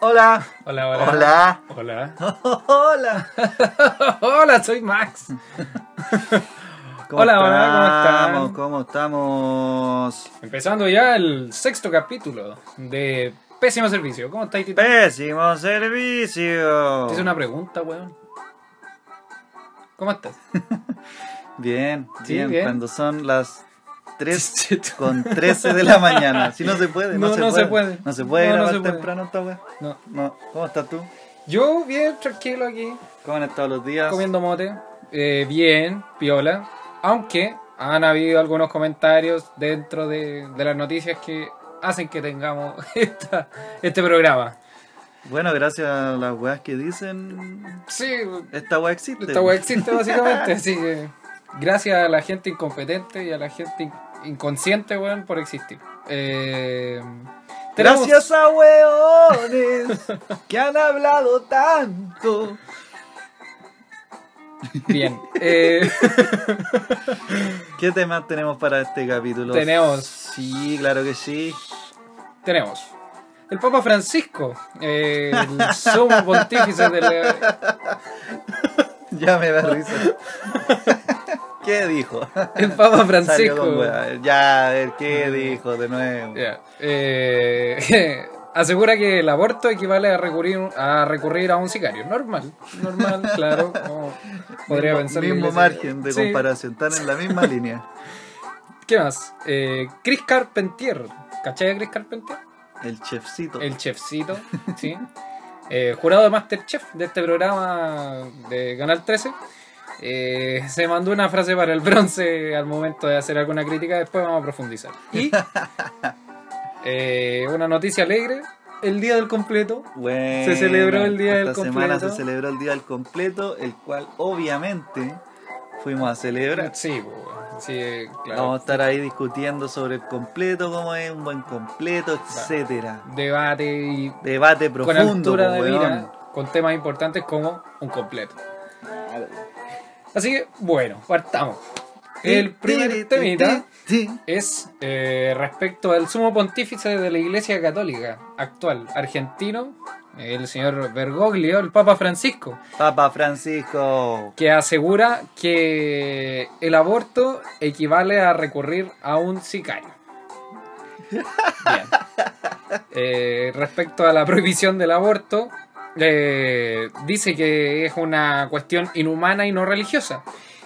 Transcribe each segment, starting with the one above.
Hola. Hola, Hola. Hola. Hola. Hola, soy Max. ¿Cómo Hola, hola, ¿cómo estamos? están? ¿Cómo estamos? Empezando ya el sexto capítulo de Pésimo Servicio. ¿Cómo estáis, Tito? Pésimo servicio. Te hice una pregunta, weón. ¿Cómo estás? Bien, Sí, bien, bien. Cuando son las 3 Chito. con 13 de la mañana. Si no se puede, no, No, se, no puede. se puede. No se puede No, no grabar se puede. temprano esta wea. No. No. ¿Cómo estás tú? Yo bien tranquilo aquí, ¿Cómo han estado los días? comiendo mote. Eh, bien, piola. Aunque han habido algunos comentarios dentro de, de las noticias que hacen que tengamos esta- este programa. Bueno, gracias a las weas que dicen, Sí, esta wea existe. Esta wea existe básicamente, así que gracias a la gente incompetente y a la gente in- inconsciente, weón, por existir. Eh, tenemos- Gracias a weones que han hablado tanto. Bien. eh, ¿Qué temas tenemos para este capítulo? Tenemos. Sí, claro que sí. tenemos el Papa Francisco, eh, el sumo pontífice de la- Ya me da risa. ¿Qué dijo? el Papa Salió Francisco. con wea. Ya, a ver, ¿qué dijo de nuevo? Mm. Ya, eh, asegura que el aborto equivale a recurrir a recurrir a un sicario. Normal, normal, claro. como podría Mismo- pensar la Mismo iglesia. margen de Sí. comparación, están en la misma línea. ¿Qué más? Eh, Chris Carpentier. ¿Cachai a Chris Carpentier? El chefcito. El chefcito, sí. Eh, jurado de Masterchef de este programa de Canal 13. Eh, se mandó una frase para el bronce al momento de hacer alguna crítica, después vamos a profundizar. Y eh, una noticia alegre, el día del completo. Bueno, Se celebró el día del esta semana completo. se celebró el día del completo, el cual obviamente fuimos a celebrar. Sí, po, sí, eh, Vamos claro. a estar ahí discutiendo sobre el completo, cómo es un buen completo, etcétera. Debate y Debate con profundo, altura de pues, weón. mira, con temas importantes como un completo. Así que, bueno, partamos. El Ti, ti, primer temita ti, ti. es eh, respecto al sumo pontífice de la Iglesia Católica actual, argentino, el señor Bergoglio, el Papa Francisco, Papa Francisco. que asegura que el aborto equivale a recurrir a un sicario. Bien. Eh, respecto a la prohibición del aborto, eh, dice que es una cuestión inhumana y no religiosa.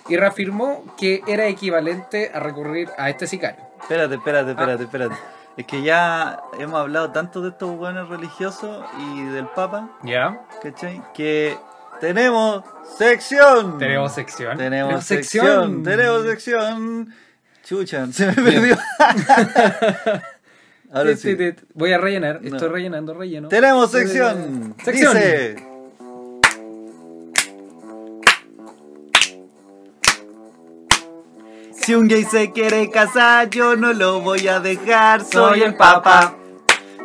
Y reafirmó que era equivalente a recurrir a este sicario. Espérate, Ah. espérate, espérate, espérate. Es que ya hemos hablado tanto de estos buenos religiosos y del Papa, ¿Ya? ¿cachai? Que tenemos sección. Tenemos sección. Tenemos sección. Tenemos sección. Chuchan, se me perdió. Ahora Tit, sí. tit, tit. Voy a rellenar. No. Estoy rellenando, relleno. Tenemos sección. Sección. Dice. Si un gay se quiere casar, yo no lo voy a dejar. Soy el papa.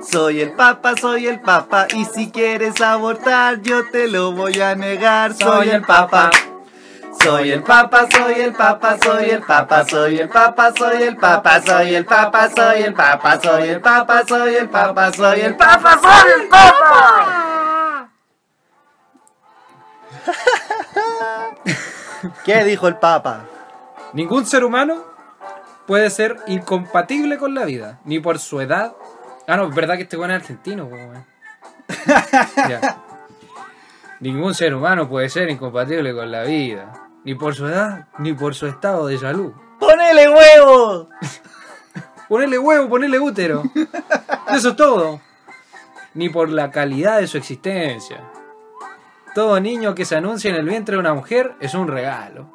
Soy el papa, soy el papa. Y si quieres abortar, yo te lo voy a negar. Soy el papa. Soy el papa, soy el papa, soy el papa, soy el papa, soy el papa, soy el papa, soy el papa, soy el papa, soy el papa, soy el papa, soy el papa. ¿Qué dijo el papa? Ningún ser humano puede ser incompatible con la vida, ni por su edad. Ah, no, es verdad que este weón es argentino, po, weón. Ya. Ningún ser humano puede ser incompatible con la vida, ni por su edad, ni por su estado de salud. ¡Ponele huevo! Ponele huevo, ponele útero. Eso es todo. Ni por la calidad de su existencia. Todo niño que se anuncia en el vientre de una mujer es un regalo.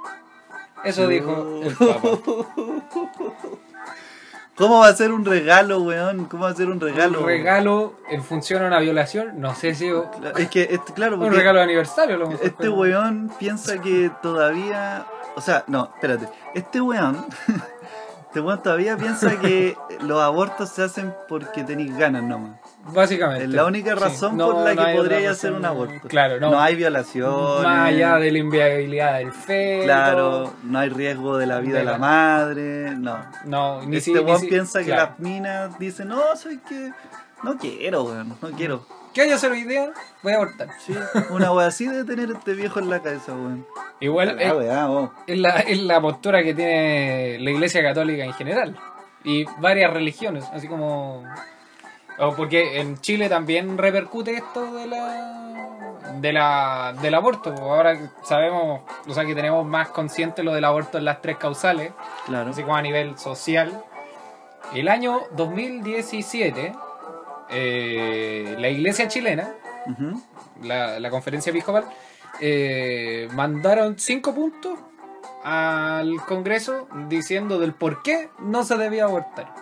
Eso dijo Uh, el Papa. ¿Cómo va a ser un regalo, weón? ¿Cómo va a ser un regalo? Un regalo en función a una violación, no sé si o- Es que, es- claro, un porque regalo de aniversario. a lo mejor, Este pero- weón piensa que todavía. O sea, no, espérate. Este weón. Este weón todavía piensa que los abortos se hacen porque tenéis ganas nomás. Básicamente. Es la única sí. razón No, por la no que hay otra podríais hacer un razón. aborto. Claro, no. No hay violación. Más allá de la inviabilidad del feto. Claro, no hay riesgo de la vida de la De la- madre. No. No, ni este si- ni weón si- piensa que claro. las minas dicen, no, soy que. No quiero, weón, no quiero. ¿Qué voy a hacer hoy día? Voy a abortar. Sí, una wea así debe tener este viejo en la cabeza, weón. Igual Ah, es, weá, vos. es la, es la postura que tiene la Iglesia Católica en general. Y varias religiones, así como... o porque en Chile también repercute esto de la, de la, del aborto. pues Ahora sabemos, o sea que tenemos más consciente lo del aborto en las tres causales. Claro. así como a nivel social. El año 2017, eh, la iglesia chilena, Ujú. la, la conferencia episcopal, eh, mandaron cinco puntos al Congreso diciendo del por qué no se debía abortar.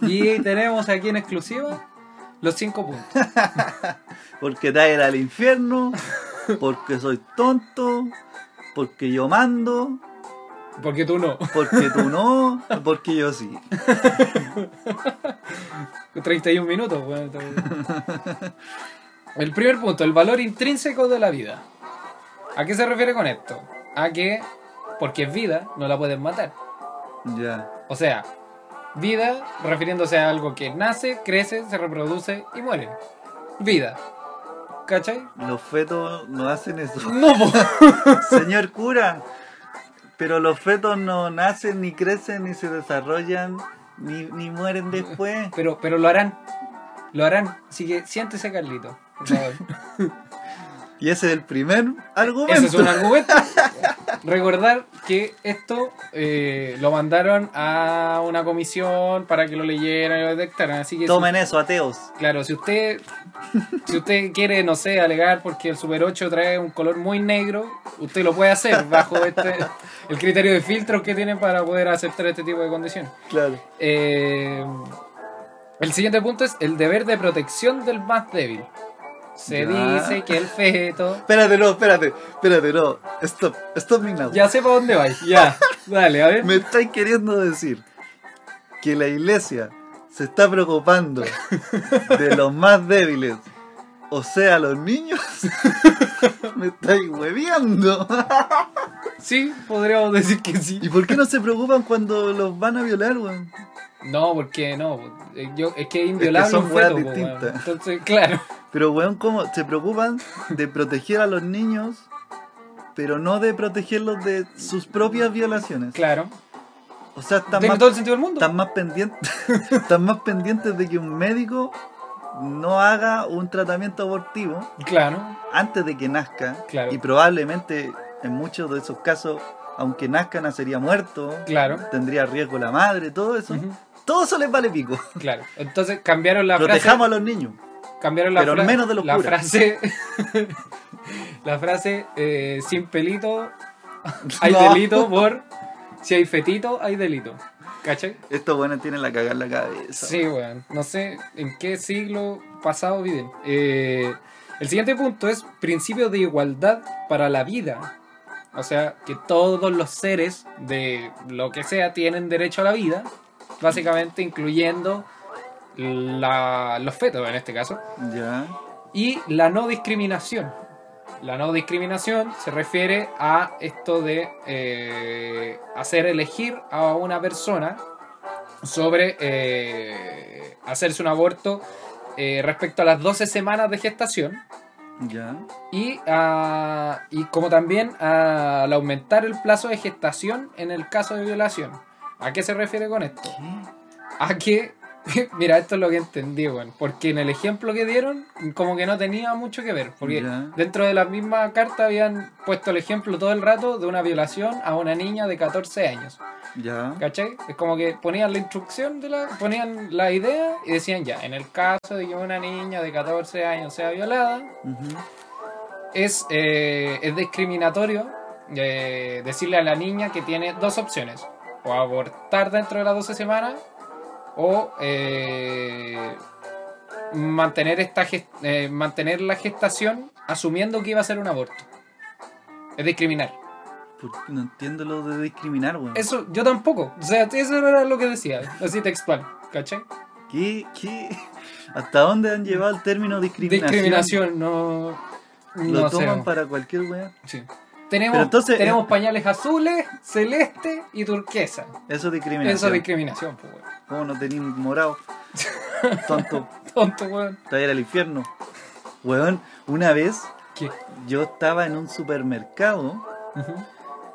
Y tenemos aquí en exclusiva los cinco puntos. Porque te era al infierno, porque soy tonto, porque yo mando, Porque tú no. porque tú no, porque yo sí. 31 minutos. weón. El primer punto, el valor intrínseco de la vida. ¿A qué se refiere con esto? A que, porque es vida, no la pueden matar. Ya. O sea, vida refiriéndose a algo que nace, crece, se reproduce y muere. Vida. ¿Cachai? Los fetos no hacen eso. No, po. Señor cura, pero los fetos no nacen, ni crecen, ni se desarrollan, ni, ni mueren después. pero, pero lo harán. Lo harán. Así que siéntese, Carlito. por favor. Y ese es el primer argumento. Ese es un argumento. Recordar que esto eh, lo mandaron a una comisión para que lo leyeran y lo detectaran. Así que, si- Tomen eso, ateos. claro, si usted, si usted quiere, no sé, alegar porque el Super 8 trae un color muy negro, usted lo puede hacer bajo este, el criterio de filtros que tienen para poder aceptar este tipo de condiciones. Claro. Eh, el siguiente punto es el deber de protección del más débil. Se Ya. dice que el feto Espérate, no, espérate, espérate, no. Stop, stop me now. Ya sé para dónde vais, ya. Dale, a ver. Me estáis queriendo decir que la iglesia se está preocupando de los más débiles, o sea, los niños. Me estáis hueviando. Sí, podríamos decir que sí. ¿Y por qué no se preocupan cuando los van a violar, weón? No, porque no. eh, Yo, es que es inviolable son un weas feto, po, distintas. weón. Entonces, claro. Pero, weón, ¿cómo? Se preocupan de proteger a los niños, pero no de protegerlos de sus propias violaciones. Claro. O sea, están Tiene más todo el sentido del mundo. están más pendientes están más pendientes de que un médico no haga un tratamiento abortivo Claro. antes de que nazca Claro. y probablemente en muchos de esos casos aunque nazca nacería muerto Claro. tendría riesgo la madre todo eso Ujú, todo eso les vale pico Claro. Entonces cambiaron la frase. protejamos a los niños Cambiaron la pero fra- menos de los La curas. frase. la frase eh, sin pelito hay No. delito por. Si hay fetito, hay delito. ¿Cachai? estos buenos tienen la cagada en la cabeza Sí, weón. No sé en qué siglo pasado viven. Eh, el siguiente punto es principio de igualdad para la vida. O sea, que todos los seres de lo que sea tienen derecho a la vida. Básicamente incluyendo la- los fetos en este caso. ya Y la no discriminación. La no discriminación se refiere a esto de eh, hacer elegir a una persona sobre eh, hacerse un aborto eh, respecto a las 12 semanas de gestación ya y, a- y como también ah, al aumentar el plazo de gestación en el caso de violación. ¿A qué se refiere con esto? a que. Mira, esto es lo que entendí, weón. Porque en el ejemplo que dieron, como que no tenía mucho que ver. Porque Ya. dentro de la misma carta habían puesto el ejemplo todo el rato de una violación a una niña de 14 años. ya ¿Cachai? Es como que ponían la instrucción, de la, ponían la idea y decían ya, en el caso de que una niña de 14 años sea violada, Ujú. es, eh, es discriminatorio eh, decirle a la niña que tiene dos opciones. O abortar dentro de las 12 semanas o eh, mantener, esta ges- eh, mantener la gestación asumiendo que iba a ser un aborto. Es discriminar. Por- no entiendo lo de discriminar weón Eso yo tampoco. O sea, eso era lo que decía. Así textual. ¿Cachai? ¿Qué, qué? hasta dónde han llevado el término discriminación Discriminación, no... lo No sé. toman para cualquier weón Sí. Tenemos, Pero entonces- eh, tenemos pañales azules, celeste y turquesa. Eso es discriminación. Eso es discriminación, pues, weón. ¿Cómo no tenés morado? Tonto, Tonto, weón. te vas a ir al infierno. Weón, una vez ¿Qué? yo estaba en un supermercado Ujú.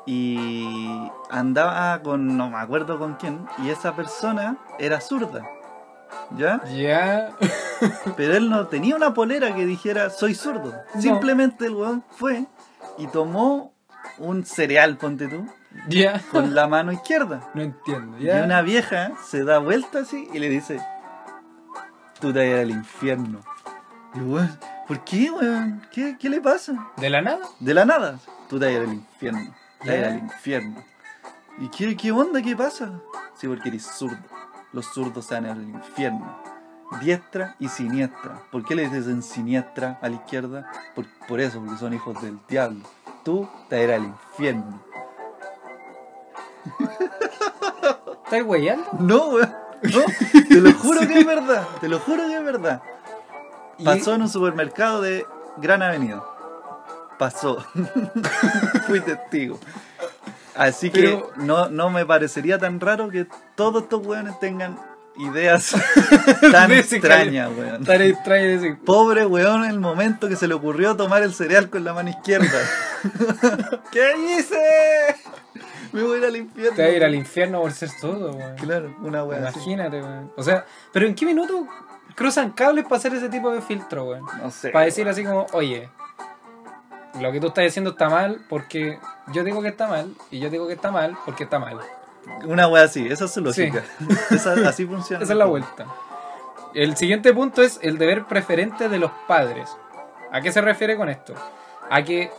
y andaba con, no me acuerdo con quién, y esa persona era zurda. ¿Ya? Ya. Pero él no tenía una polera que dijera soy zurdo. No. Simplemente el weón fue y tomó un cereal, ponte tú, Ya. con la mano izquierda. No entiendo. Y Ya. una vieja se da vuelta así y le dice, tú te vas a ir al infierno. Y el weón, ¿por qué, weón? ¿Qué, ¿Qué le pasa? ¿De la nada? De la nada, tú te vas a ir al infierno. Te vas a ir Ya. al infierno. ¿Y qué, qué onda? ¿Qué pasa? Sí, porque eres zurdo. Los zurdos se van al infierno. Diestra y siniestra. ¿Por qué le dicen siniestra a la izquierda? Por, por eso, porque son hijos del diablo. Tú te vas a ir al infierno. ¿Estás weyando? No, weón. No, te lo juro que es verdad. Te lo juro que es verdad. Y- Pasó en un supermercado de Gran Avenida. Pasó. Fui testigo. Así Pero- que no, no me parecería tan raro que todos estos weones tengan ideas tan De ese extrañas, weón. Estaré extraño de ese- Pobre weón en el momento que se le ocurrió tomar el cereal con la mano izquierda. ¿Qué hice? Me voy a ir al infierno. Te vas a ir al infierno por ser todo, weón. Claro, una weón. Imagínate, weón. O sea, pero ¿en qué minuto cruzan cables para hacer ese tipo de filtro, weón? No sé. Para decir así como, oye, lo que tú estás diciendo está mal porque yo digo que está mal y yo digo que está mal porque está mal. Una wea así, esa es su Sí. lógica. Esa- así funciona. Esa es la vuelta. El siguiente punto es el deber preferente de los padres. ¿A qué se refiere con esto? A que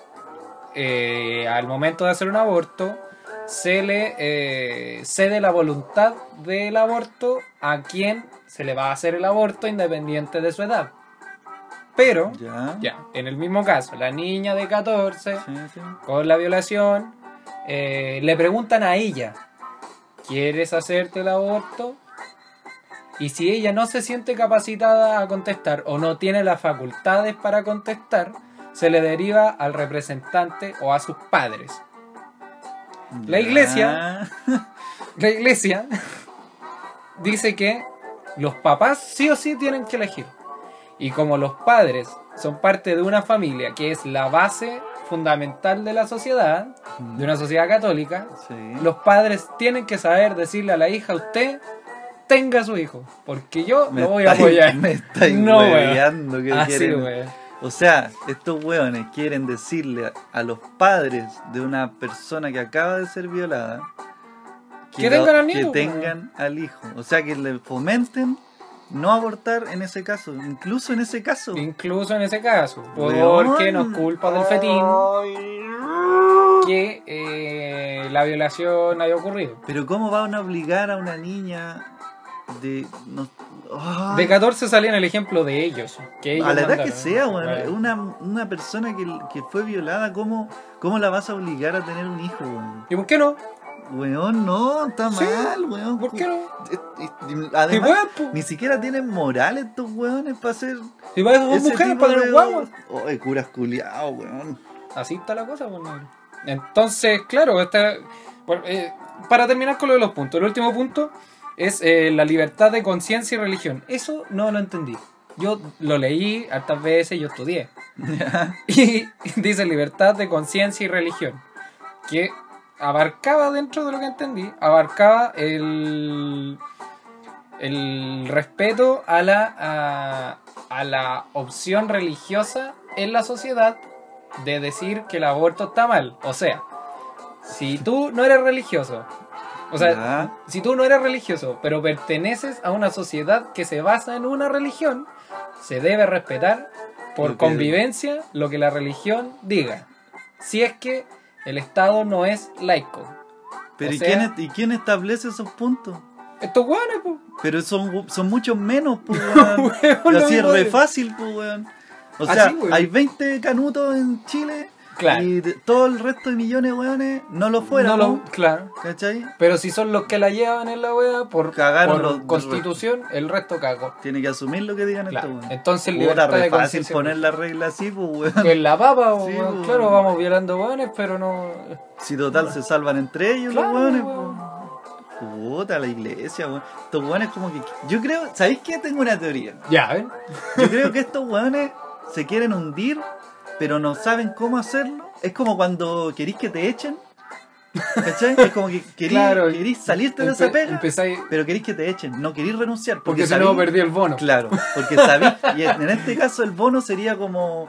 eh, al momento de hacer un aborto se le eh, cede la voluntad del aborto a quien se le va a hacer el aborto independiente de su edad. Pero, Ya. ya, en el mismo caso, la niña de 14 Sí, sí. con la violación, eh, le preguntan a ella, ¿quieres hacerte el aborto? Y si ella no se siente capacitada a contestar o no tiene las facultades para contestar, se le deriva al representante o a sus padres. La Ya. iglesia. La iglesia dice que los papás sí o sí tienen que elegir. Y como los padres son parte de una familia que es la base fundamental de la sociedad, de una sociedad católica, Sí. los padres tienen que saber decirle a la hija, usted tenga a su hijo, porque yo Me lo voy a estáis- apoyar. Me estáis No, weón. hueveando que Así, quieren. weón. O sea, estos weones quieren decirle a, a los padres de una persona que acaba de ser violada Que tengan al que nieto, tengan al hijo. O sea, que le fomenten no abortar en ese caso. Incluso en ese caso. Incluso en ese caso, Weón. porque nos culpa del fetín Ay. que eh, la violación haya ocurrido. Pero ¿cómo van a obligar a una niña de... no- ¡Ay! De 14 salían el ejemplo de ellos. Que ellos a la edad mandaron, que sea, ¿no? weón. Una, una persona que, que fue violada, ¿cómo, ¿cómo la vas a obligar a tener un hijo, weón? ¿Y por qué no? Weón, no, está Sí, mal, weón. ¿Por qué no? Eh, eh, Si Además, pueden, po. ni siquiera tienen moral estos weones para hacer... Si pueden, son ese mujeres tipo para de- tener guaguas. Oye, curas culiao, weón. Así está la cosa, pues, negro. Entonces, claro, esta- bueno, eh, para terminar con lo de los puntos, el último punto es eh, la libertad de conciencia y religión. Eso no lo entendí. Yo lo leí hartas veces, yo estudié. y dice libertad de conciencia y religión. Que abarcaba dentro de lo que entendí, abarcaba el, el respeto a la, a- a la opción religiosa en la sociedad de decir que el aborto está mal. O sea, si tú no eres religioso, o sea, Ya. si tú no eres religioso, pero perteneces a una sociedad que se basa en una religión, se debe respetar por Lo que- convivencia lo que la religión diga. Si es que el Estado no es laico. Pero o ¿y, sea- quién, es- ¿y quién establece esos puntos? Estos hueones, po. Pero son, son muchos menos, pues, weón. Weón, no así es me re jode. fácil, pues, weón. O Así, sea, weón. hay 20 canutos en Chile Claro. y de- todo el resto de millones, weones, no lo fueron. No lo- claro. ¿Cachai? Pero si son los que la llevan en la wea por, Cagaron por los- los constitución, el resto cagó. Tiene que asumir lo que digan Claro. estos, weón. Entonces, Puta, libertad re de fácil conciencia. poner la regla así, pues, weón. En la papa, po, Sí, weón. po. claro, vamos violando hueones, pero no. Si total se salvan entre ellos Claro, los weones, weón. pues. Puta, la iglesia, weón. Estos weones como que... Yo creo... ¿Sabéis qué? Tengo una teoría. Ya, ¿ven? Yo creo que estos weones se quieren hundir, pero no saben cómo hacerlo. Es como cuando querís que te echen. ¿Cachai? Es como que querís, Claro, querís salirte de Empe- esa pega, empezáis- pero querís que te echen. No querís renunciar. Porque, porque si sabís- no perdí el bono. Claro, porque sabís. Y en este caso el bono sería como.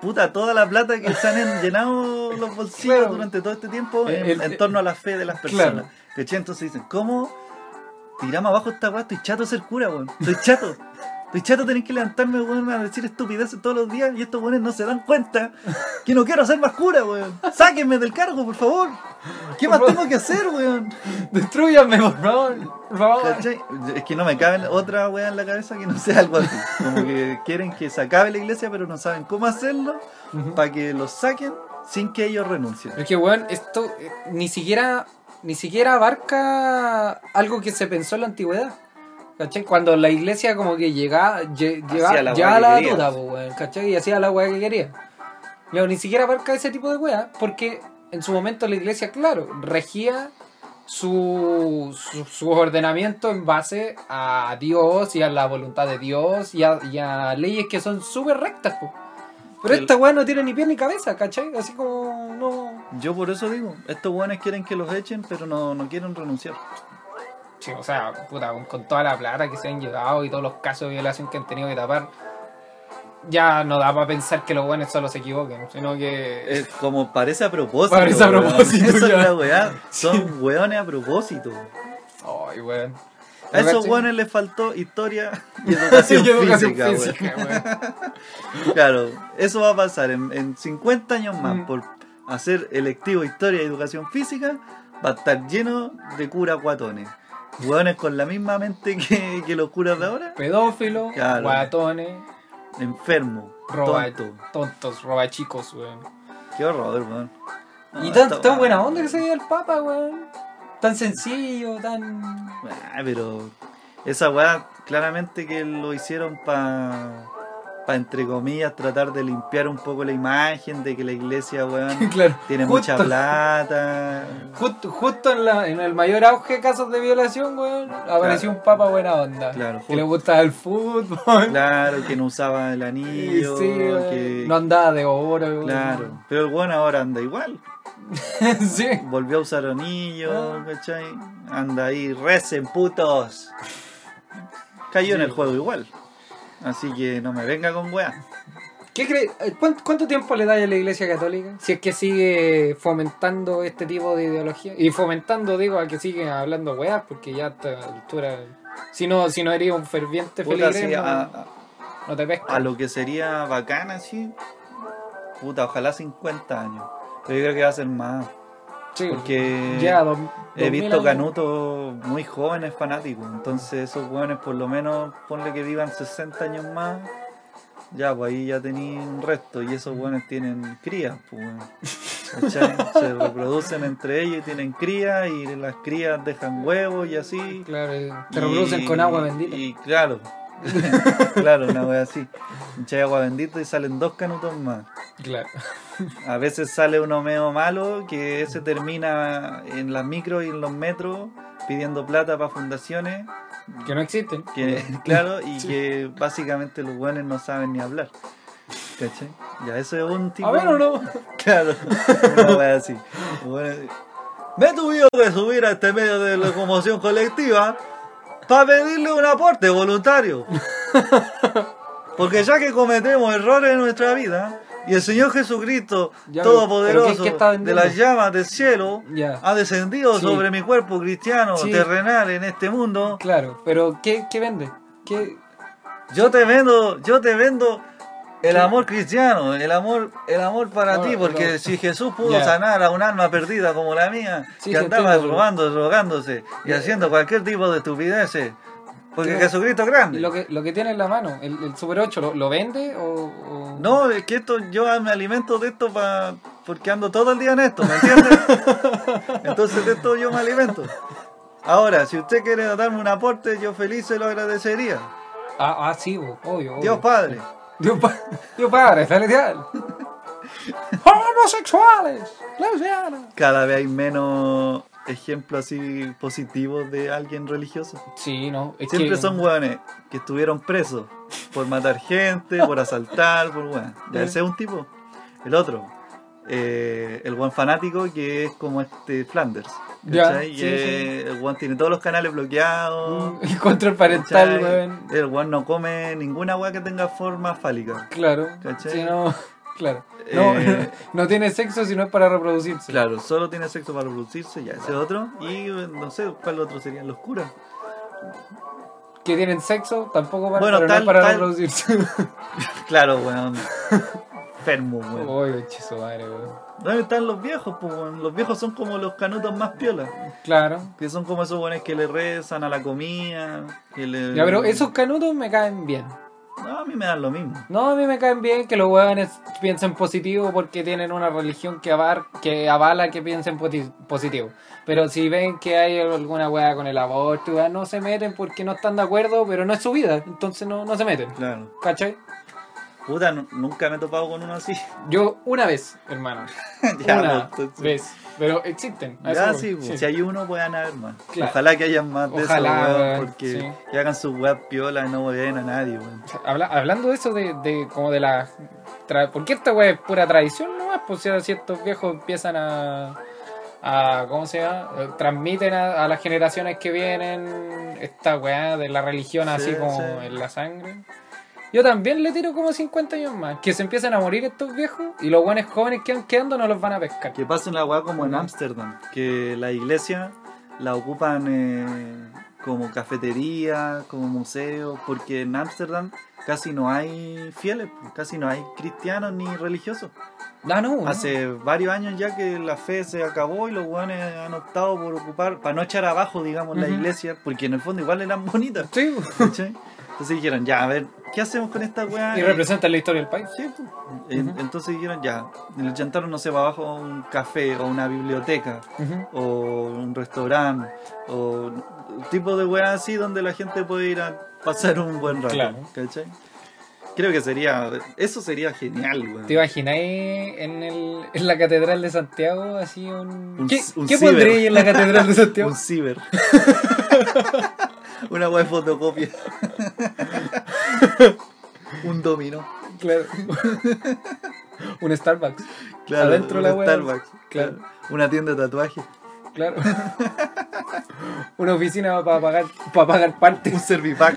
Puta, toda la plata que se han en- llenado los bolsillos Claro. Eh, durante todo este tiempo en, El- en torno a la fe de las personas. Claro. ¿Cachai? Entonces dicen, ¿cómo tiramos abajo esta weá? Estoy chato de ser cura, weón. Estoy chato. Estoy chato de tener que levantarme, weón, a decir estupideces todos los días y estos weones no se dan cuenta que no quiero ser más cura, weón. Sáquenme del cargo, por favor. ¿Qué más tengo que hacer, weón? Destruyanme, por favor. Por favor. ¿Cachai? Es que no me cabe otra wea en la cabeza que no sea algo así. Como que quieren que se acabe la iglesia, pero no saben cómo hacerlo Ujú. para que los saquen sin que ellos renuncien. Es que, weón, esto eh, ni siquiera ni siquiera abarca algo que se pensó en la antigüedad. ¿Cachai? Cuando la iglesia como que llegaba, lle- lleva- la llevaba weá que la quería. batuta, po, weón, ¿cachai? Y hacía la weá que quería. Pero ni siquiera abarca ese tipo de weá, porque en su momento la iglesia, claro, regía su, su, su ordenamiento en base a Dios y a la voluntad de Dios y a, y a leyes que son súper rectas, po. Pero El- esta weá no tiene ni pie ni cabeza, ¿cachai? Así como no... Yo por eso digo, estos weones quieren que los echen, pero no, no quieren renunciar. Sí, o sea, puta, con, con toda la plata que se han llevado y todos los casos de violación que han tenido que tapar, ya no da para pensar que los buenos solo se equivoquen, sino que. Es como parece a propósito. Parece a weón. propósito, Esa es ya. la weá. Son weones a propósito. Ay, weón. A esos ¿Cachai? weones les faltó historia y educación, Y educación física, weón. física, weón. Claro, eso va a pasar en, en 50 años más. Mm. Por hacer electivo historia y educación física, va a estar lleno de cura cuatones. Hueones con la misma mente que, que los curas de ahora, Pedófilo, Claro. guatones, enfermo, roba, tonto. tontos, robachicos, weón. Qué horror, weón. No, y tan, esta tan weá- buena onda que se dio el Papa, weón. Tan sencillo, tan. Ah, pero esa weá, claramente que lo hicieron para. Para entre comillas, tratar de limpiar un poco la imagen de que la iglesia, weón, claro. tiene justo- mucha plata. Justo, justo en, la, en el mayor auge de casos de violación, weón, apareció un papa buena onda. Claro, que le justo. gustaba el fútbol. Claro, que no usaba el y anillo. sí, weón, que... No andaba de oro, weón. Claro, pero el weón ahora anda igual. sí. Volvió a usar anillo, Ah. ¿cachai? Anda ahí, recen putos. Cayó en el juego igual. Así que no me venga con weá. ¿Qué cre- eh, cuán- ¿Cuánto tiempo le da a la Iglesia Católica? Si es que sigue fomentando este tipo de ideología. Y fomentando, digo, a que sigue hablando weas, porque ya a esta altura. Si no, si no eres un ferviente Puta, feliz, sí, no, a, a- no te pesca. a lo que sería bacán así. Puta, ojalá 50 años. Pero yo creo que va a ser más. Sí, Porque ya, dos- he 2000 visto años. canutos muy jóvenes fanáticos. Entonces esos weones por lo menos, ponle que vivan 60 años más. Ya, pues ahí ya tenían un resto. Y esos weones tienen crías, pues weón. ¿Cachai? Se reproducen entre ellos y tienen crías. Y las crías dejan huevos y así. Claro, Y- te reproducen con agua bendita. Y claro. claro, una wea así. Echai agua bendita y salen dos canutos más. Claro. A veces sale uno medio malo que ese termina en las micros y en los metros pidiendo plata para fundaciones, Que no existen. que claro, y Sí. que básicamente los buenos no saben ni hablar. ¿Cachai? Ya eso es un tipo. A ver o no. Claro, una wea así. Bueno, me he tenido que subir a este medio de locomoción colectiva para pedirle un aporte voluntario. Porque ya que cometemos errores en nuestra vida y el Señor Jesucristo Ya, pero- ¿pero Todopoderoso qué- qué está de vendiendo? las llamas del cielo Ya. ha descendido Sí. sobre mi cuerpo cristiano Sí. terrenal en este mundo, Claro, pero ¿qué, qué vende? ¿Qué? yo te vendo, yo te vendo el amor cristiano, el amor, el amor para No, ti, no. porque si Jesús pudo Ya. sanar a un alma perdida como la mía, Sí, que sí, andaba entiendo, pero- robando, drogándose y haciendo cualquier tipo de estupideces, porque Claro. Jesucristo es grande. Lo que, lo que tiene en la mano, el, el Super 8, ¿lo, lo vende o, o- No, es que esto, yo me alimento de esto para porque ando todo el día en esto, ¿me entiendes? Entonces de esto yo me alimento. Ahora, si usted quiere darme un aporte, yo feliz se lo agradecería. Ah, ah, sí, bo, obvio, obvio. Dios Padre. Dios, pa- Dios Padre, celestial. Homosexuales, lesbianas. Cada vez hay menos ejemplos así positivos de alguien religioso. Sí, no. Es Siempre que, son hueones que estuvieron presos por matar gente, por asaltar, por hueón. Ya ¿Eh? ese es un tipo. El otro, eh, el hueón fanático que es como este Flanders. Ya, ¿cachai? sí, Y es- El hueón tiene todos los canales bloqueados. El control parental, ¿cachai? weón. El hueón no come ninguna hueá que tenga forma fálica. Claro. ¿Cachai? Sí, no. Claro. No, Eh, no tiene sexo si no es para reproducirse. Claro, solo tiene sexo para reproducirse, ya, ese es otro. Y no sé, ¿cuál otro serían los curas? Que tienen sexo tampoco para, Bueno, pero no tal- es para tal- reproducirse. Claro, weón. Fermo, weón. Oye, chizo madre, weón. ¿Dónde están los viejos? Pues, weón? Los viejos son como los canutos más piolas. Claro. Que son como esos buenos que le rezan a la comida. Que le... Ya, pero esos canutos me caen bien. No, a mí me dan lo mismo. No, a mí me caen bien que los huevones piensen positivo porque tienen una religión que, avar, que avala que piensen poti- positivo. Pero si ven que hay alguna hueá con el aborto, weá, no se meten porque no están de acuerdo, pero no es su vida, entonces no, no se meten. Claro. ¿Cachai? Puta, nu- nunca me he topado con uno así. Yo una vez, hermano. Ya, una pues, entonces- vez. Pero existen. a Ya, eso voy, sí, pues, sí. si hay uno, puedan haber más. Claro. Ojalá que hayan más de esos, Ojalá, weón, weón, Porque sí. que hagan sus weas piolas y no volvieran a nadie, weón. Habla- hablando de eso, de, de como de la... tra- porque esta weá es pura tradición nomás, pues si ciertos viejos empiezan a... a- ¿Cómo se llama? Eh, Transmiten a, a las generaciones que vienen esta weá de la religión Sí, así como sí. en la sangre. Yo también le tiro como 50 años más. Que se empiezan a morir estos viejos y los buenos jóvenes que van quedando no los van a pescar. Que pasa una wea como en Ujú. Ámsterdam. Que la iglesia la ocupan eh, como cafetería, como museo. Porque en Ámsterdam casi no hay fieles, pues, casi no hay cristianos ni religiosos. Ah, no, no. Hace varios años ya que la fe se acabó y los guanes han optado por ocupar, para no echar abajo, digamos, la Ujú. iglesia, porque en el fondo igual eran bonitas. Sí, ¿cachai? Entonces dijeron, ya, a ver, ¿qué hacemos con esta weá? y representan la historia del país. Sí, pues. En- Ujú. Entonces dijeron, ya, le echaron, no sé, para abajo a un café o una biblioteca Ujú. o un restaurante o un tipo de weá así donde la gente puede ir a pasar un buen rato. Claro. ¿cachai? Creo que sería, eso sería genial, weón. ¿Te imagináis en, el, en la Catedral de Santiago así un... Un ¿Qué, c- un qué ciber. pondréis en la Catedral de Santiago? Un ciber. Una web fotocopia. un dominó. Claro. un Starbucks. Claro, Adentro un la wea. Starbucks. Claro. Una tienda de tatuajes. Claro. Una oficina para pagar, para pagar Un partes. servipack.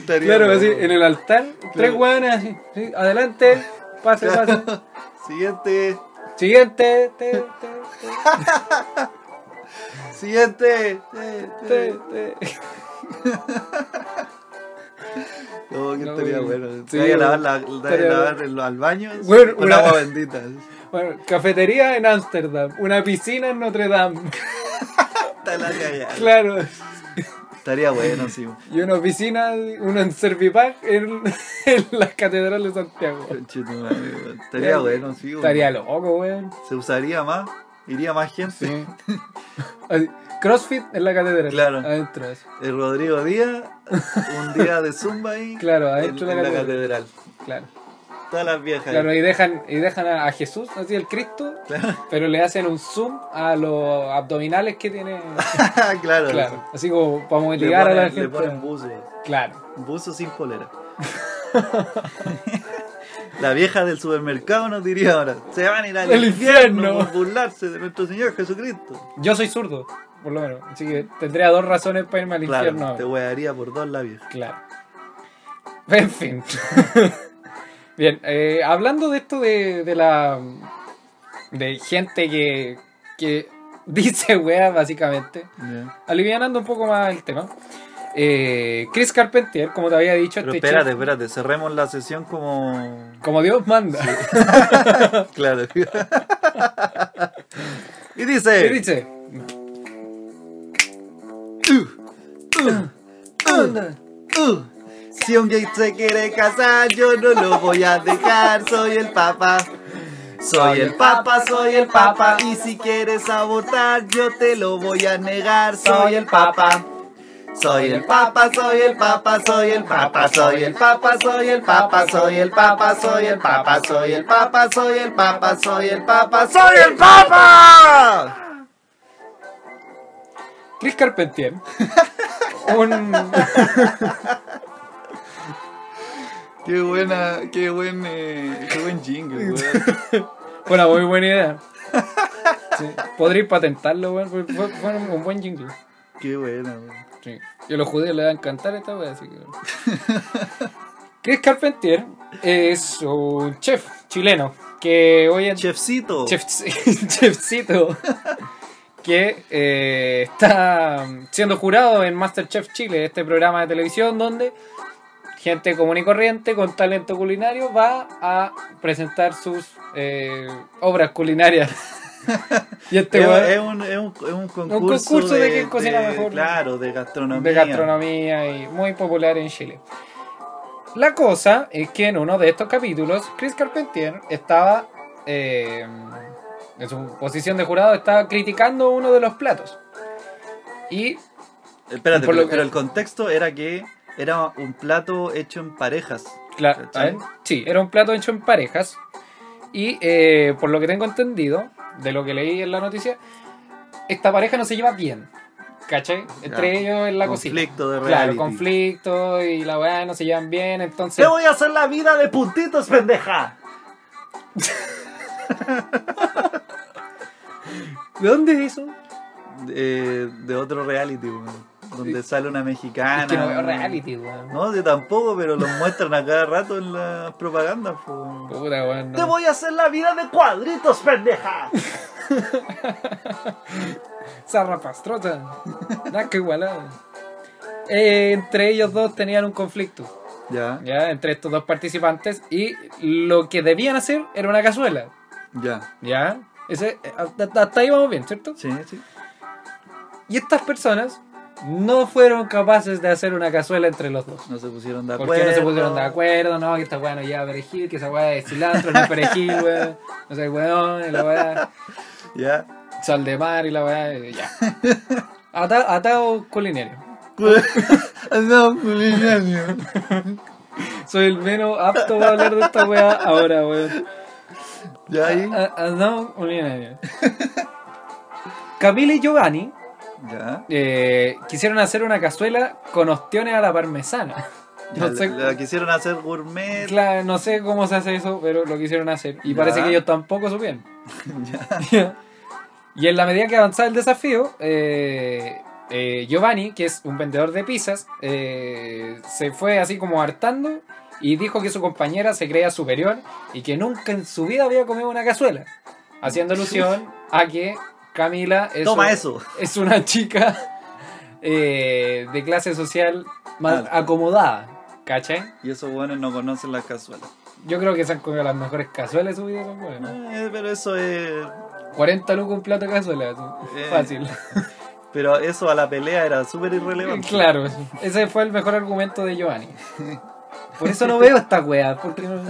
Estaría Claro, bueno. así, en el altar, tres hueones así. sí, Adelante, pase, pase. Siguiente. Siguiente. te, te, te, Siguiente. Eh, eh. te, te. No, que No, estaría güey. bueno. Sí, Te hay que lavar, güey. la, te hay que Estaría lavar el- al baño Güey, con una- agua bendita. Bueno, cafetería en Ámsterdam. Una piscina en Notre Dame. Está la cagada. Claro. Estaría bueno, sí. Y una oficina, una Servipack en, en las catedrales de Santiago. Conchetumadre, güey. Estaría bueno, sí. güey. Estaría loco, weón. se usaría más, iría más gente. Sí. Así, CrossFit en la catedral. Claro. Adentro. así. El Rodrigo Díaz, un día de Zumba ahí, Claro, en, adentro de en la la catedral. catedral. Claro. Todas las viejas. ahí. Claro, y dejan, y dejan a, a Jesús, así el Cristo, Claro. pero le hacen un zoom a los abdominales que tiene. claro. Claro. Así como para Le motivar a la ponen, gente. le ponen buzo, Claro. buzo sin polera. La vieja del supermercado nos diría ahora, se van a ir al ¡El infierno, infierno! por burlarse de nuestro Señor Jesucristo. Yo soy zurdo, por lo menos. Así que tendría dos razones para irme al Claro, infierno. te huearía por dos la vieja. Claro. En fin. Bien, eh, hablando de esto de, de la. de gente que. que dice wea, básicamente. Alivianando un poco más el tema. eh, Chris Carpentier, como te había dicho, Pero este espérate, chico- espérate, cerremos la sesión como... como Dios manda. Claro. y ¿Qué dice... dice? Uh, si un gay se quiere casar, yo no lo voy a dejar. Soy el papa. Soy el papa, soy el papa. Y si quieres abortar, yo te lo voy a negar. Soy el papa. Soy el papa, soy el papa, soy el papa, soy el papa, soy el papa, soy el papa, soy el papa, soy el papa, soy el papa, soy el papa, soy el papa. Chris Carpentier. Un. Qué buena, qué buen, eh, qué buen jingle, weón. Una muy buena idea. Sí. Podría patentarlo, weón. Fue, fue- fue un buen jingle. Qué buena, weón. Sí. Y a los judíos les va a encantar esta wea, así que. Chris Carpentier es un chef chileno que hoy en Chefcito. chef, chefcito que eh, está siendo jurado en Masterchef Chile, este programa de televisión donde gente común y corriente con talento culinario va a presentar sus eh, obras culinarias. y este Es, weón es un, es un- es un concurso, concurso de quién cocina de- mejor. Claro, de gastronomía. de gastronomía y muy popular en Chile. La cosa es que en uno de estos capítulos, Chris Carpentier estaba eh, en su posición de jurado, estaba criticando uno de los platos. Y Espérate, Por lo pero, que- pero el contexto era que era un plato hecho en parejas. Claro, ¿Cachai? ah, sí, era un plato hecho en parejas. Y eh, por lo que tengo entendido, de lo que leí en la noticia, esta pareja no se lleva bien. ¿Cachai? Entre Ya, ellos en la cocina. conflicto de reality. Claro, conflicto y la weá no se llevan bien, entonces. Te voy a hacer la vida de puntitos, pendeja. ¿De dónde es eso? De, de otro reality, weón, Donde sale una mexicana. Es que no veo weón. reality, weón. No, yo tampoco, pero los muestran a cada rato en las propagandas, po. Puta, weón. Pues, no. Te voy a hacer la vida de cuadritos, pendeja. Zarrapastrota. Nada que igualada. Eh, entre ellos dos tenían un conflicto. Ya, ¿ya? entre estos dos participantes y lo que debían hacer era una cazuela, ya. ¿ya? Ese, eh, hasta, hasta ahí vamos bien, ¿cierto? Sí, sí. Y estas personas no fueron capaces de hacer una cazuela entre los dos. No se pusieron de acuerdo. Porque no se pusieron de acuerdo, no, que esta weá no lleva perejil, que esa weá es cilantro, no es perejil, weón, no sé, weón, y la weá, Ya. sal de mar y la weá, y ya. Ata- atado culinario. pues, Andamos culineando. Soy el menos apto para hablar de esta weá ahora, weón. Ya ahí. Ah, ah, no, Olivia. Camila y Giovanni Ya. eh, quisieron hacer una cazuela con ostiones a la parmesana. Ya, No sé, La, la quisieron hacer gourmet. cla- no sé cómo se hace eso, pero lo quisieron hacer. Y Ya. parece que ellos tampoco supieron. Ya. y en la medida que avanzaba el desafío, eh, eh, Giovanni, que es un vendedor de pizzas, eh, se fue así como hartando y dijo que su compañera se creía superior y que nunca en su vida había comido una cazuela, haciendo alusión a que Camila es, Toma un- eso. es una chica eh, de clase social más Alta. acomodada, ¿cachai? Y esos buenos no conocen las cazuelas. Yo creo que se han comido las mejores cazuelas de su vida, son buenas. Eh, pero eso es. 40 lucas un plato de cazuela, así, Eh, fácil. Pero eso a la pelea era súper irrelevante. Claro, ese fue el mejor argumento de Giovanni. Por eso no veo esta wea. Porque no...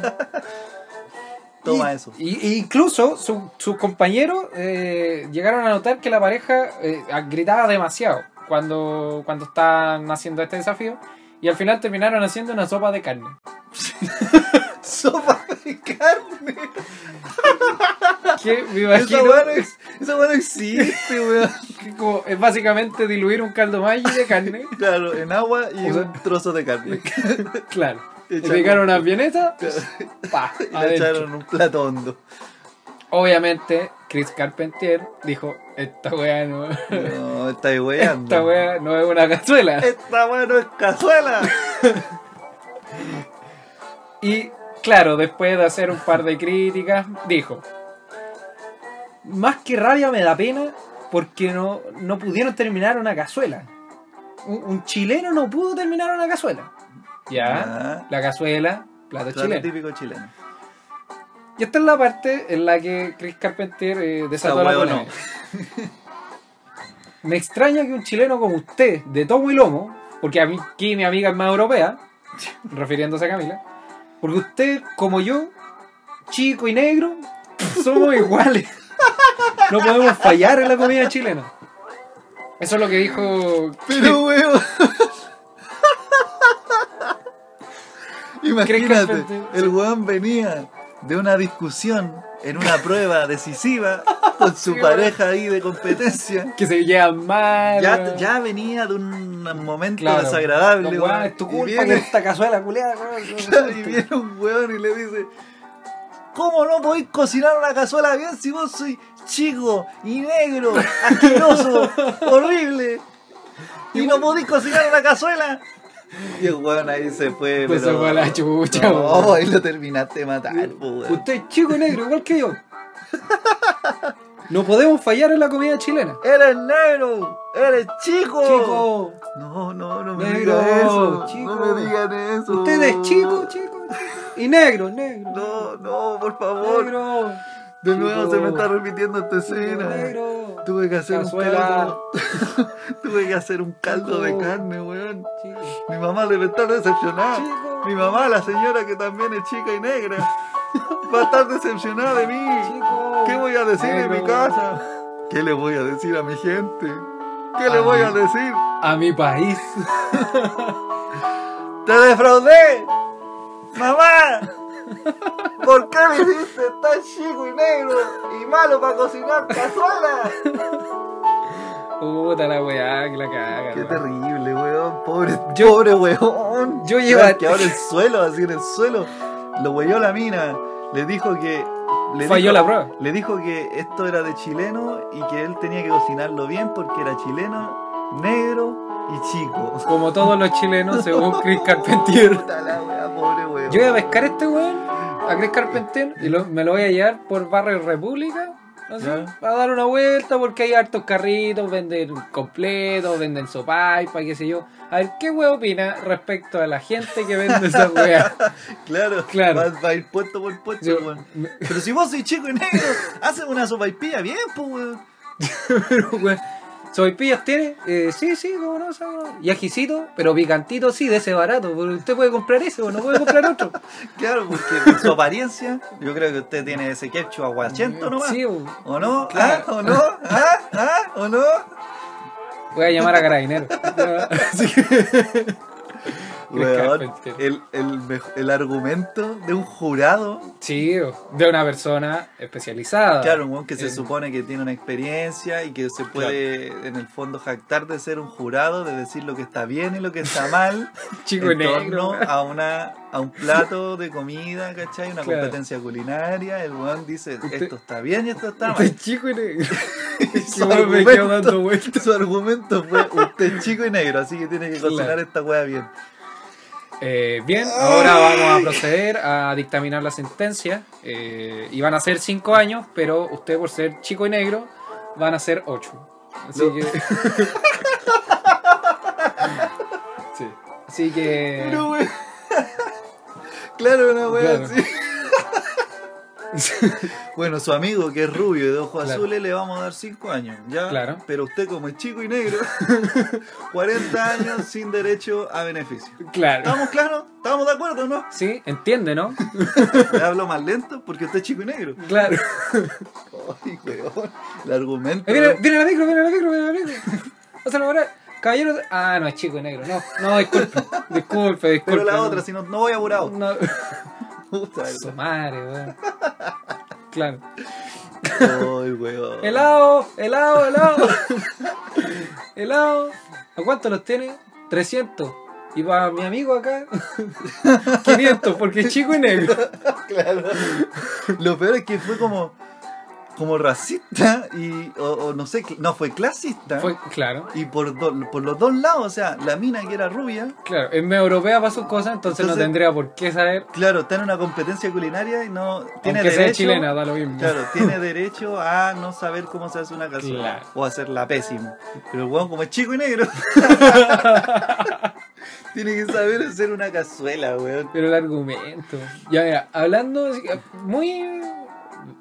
Toma Y- eso. y- y incluso su- sus compañeros eh, llegaron a notar que la pareja eh, gritaba demasiado cuando, cuando estaban haciendo este desafío. Y al final terminaron haciendo una sopa de carne. Sopa de carne. Que me Esa imagino weá no ex- esa weá no existe, weón. que como es básicamente diluir un caldo Maggi de carne. Claro, en agua y O sea- un trozo de carne. Claro. Le "Ah, Echar- picaron una vieneta. Pues, Pa, Y le adentro. echaron un plato hondo. Obviamente, Chris Carpentier dijo, esta weá no, No, estáis weando. esta weá no es una cazuela. Esta weá no es cazuela. Y claro, después de hacer un par de críticas, dijo, más que rabia me da pena porque no, no pudieron terminar una cazuela. Un, un chileno no pudo terminar una cazuela. Ya, Ya. la cazuela, plato Plato chileno. típico chileno. Y esta es la parte en la que Chris Carpenter eh, desató Esa la huevo no. polémica. Me extraña que un chileno como usted, de tomo y lomo, porque a mí- aquí mi amiga es más europea, refiriéndose a Camila, porque usted, como yo, chico y negro, somos iguales. No podemos fallar en la comida chilena. Eso es lo que dijo Pero weón. Imagínate, Crezca enfrente. el weón venía de una discusión en una prueba decisiva con su Sí, pareja ahí de competencia. Que se llevan mal. Ya, weón. ya venía de un momento Claro. desagradable. No, weón. weón, es tu Y culpa viene- que esta cazuela culeada, weón. y viene un weón y le dice, ¿cómo no podéis cocinar una cazuela bien si vos sois chico y negro, asqueroso, horrible? Y no podéis cocinar una cazuela. Y el weón ahí se fue, Pues se pero... fue a la chucha, no, weón. ahí lo terminaste de matar, po, pues, weón. Usted es chico y negro, igual que yo. No podemos fallar en la comida chilena. ¡Eres negro! ¡Eres chico! Chico, No, no, no me Negro, digan eso. chico. No me digan eso. usted es chico, chico. chico. Y negro, negro. No, no, por favor. negro. De nuevo Chico. se me está repitiendo esta escena. Negro. Tuve que hacer Cazuela. un caldo. Tuve que hacer un caldo de Chico. carne, weón. Chico. Mi mamá debe estar decepcionada. Chico. Mi mamá, la señora que también es chica y negra, va a estar decepcionada de mí. Chico. ¿Qué voy a decir en mi Negro. casa? ¿Qué le voy a decir a mi gente? ¿Qué le voy a Ay. decir? A mi país. ¡Te defraudé! ¡Mamá! ¿Por qué me hiciste tan chico y negro y malo para cocinar cazuela? Puta la weá, que la caga. Qué weón. terrible, weón. Pobre, Yo- pobre weón. yo Weón, lleva- Que ahora el suelo, así en el suelo. Lo weyó la mina. Le dijo que. Le Falló dijo, la prueba. Le dijo que esto era de chileno y que él tenía que cocinarlo bien porque era chileno, negro y chico. Como todos los chilenos, según Chris Carpentier. Puta la wea, pobre weón. Yo voy a pescar a este weón, a Chris Carpentier, y lo- me lo voy a llevar por Barrio República. así, Ya. a dar una vuelta porque hay hartos carritos, venden completos, venden sopaipa, qué sé yo. A ver, ¿qué weón opina respecto a la gente que vende esa weá? Claro, Claro. Va, va a ir puesto por puesto, Yo- weón. Pero si vos sois chico y negro, haces una sopaipilla bien, pues, weón. Pero, weón, ¿Sopaipillas tiene? Eh, sí, sí, cómo no, cómo no. Y ajicito, pero picantito sí, de ese barato. porque Usted puede comprar ese, o no puede comprar otro. Claro, porque por su apariencia, yo creo que usted tiene ese ketchup aguachento nomás. Sí, weón. ¿O no? Claro. ¿Ah? ¿O no? ¿Ah? ¿Ah? ¿O no? voy a llamar a Carabineros. Así que- Weón, Carpenter. el, el, mej- el argumento de un jurado, Sí, de una persona especializada. claro, un weón que se Eh, supone que tiene una experiencia y que se puede, en el fondo, jactar de ser un jurado, de decir lo que está bien y lo que está mal Chico en negro. torno a, una, a un plato de comida, ¿cachai? Una Claro. competencia culinaria. El weón dice, Usted- esto está bien y esto está Este mal. chico negro. Su Que weón me quedo dando argumento, vueltas. su argumento fue, usted es chico y negro, así que tiene que cocinar Claro. esta weá bien. Eh, bien, ahora vamos a proceder a dictaminar la sentencia. Eh, y van a ser 5 años, pero usted por ser chico y negro van a ser 8. Así No. que... Sí. Así que... Pero, weón. Claro, una weá Claro. así. Bueno, su amigo que es rubio y de ojos Claro. azules le vamos a dar 5 años, ¿ya? Claro. Pero usted como es chico y negro, 40 años sin derecho a beneficio. claro. ¿Estamos claros? ¿Estamos de acuerdo no? Sí, entiende, ¿no? Le hablo más lento porque usted es chico y negro. Claro. Ay, weón. El argumento. Eh, Viene, viene la micro, viene la micro, viene la micro. O sea, la verdad, caballero. Ah, no, es chico y negro. No, no, disculpe. Disculpe, disculpe. Pero la no. otra, si no, no voy apurado. No, Puta, su madre, weón. Claro. Ay, weón. Helado, helado, helado. helado. ¿A cuánto los tiene? 300. Y para mi amigo acá, 500, porque es chico y negro. Claro. Lo peor es que fue como. Como racista y. O, o no sé, cl- no, fue clasista. Fue, claro, Y por, do- por los dos lados, o sea, la mina que era rubia, claro. Es medio europea para sus cosas, entonces, no Entonces- tendría por qué saber. claro, está en una competencia culinaria y no tiene aunque sea derecho. chilena, da lo mismo. Claro, tiene derecho a no saber cómo se hace una cazuela Claro. o hacerla pésimo. Pero el weón, como es chico y negro, tiene que saber hacer una cazuela, weón. Pero el argumento. Ya mira, hablando así que, muy.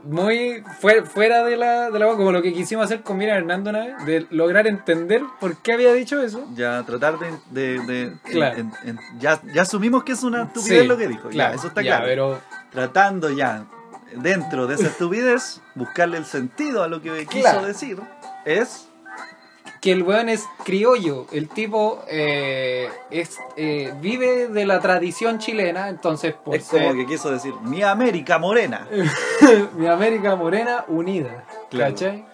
Muy fue- fuera de la, de la como lo que quisimos hacer con Mira Hernando una vez, de lograr entender por qué había dicho eso. Ya tratar de. de- de- Claro. en- en- ya, ya asumimos que es una estupidez Sí, lo que dijo, ya, eso está ya, claro. Pero, Tratando ya, dentro de esa estupidez, buscarle el sentido a lo que quiso Claro. decir, es. que el weón es criollo, el tipo eh, es, eh, vive de la tradición chilena, entonces por es como ser Eh, que quiso decir, mi América morena. mi América morena unida, Claro. ¿cachai?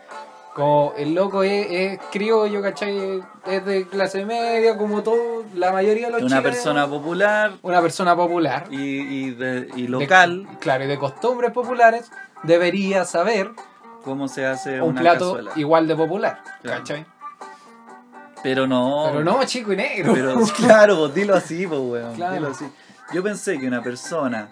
Como el loco es, es criollo, ¿cachai? Es de clase media, como todo, la mayoría de los Una chilenos. persona popular Una persona popular. y, y de- y local, de- claro, y de costumbres populares, debería saber cómo se hace un una plato cazuela. igual de popular, Claro. ¿cachai? Pero no. Pero no, chico y negro. Pero claro, pues dilo así, pues weón. Claro. dilo así. Yo pensé que una persona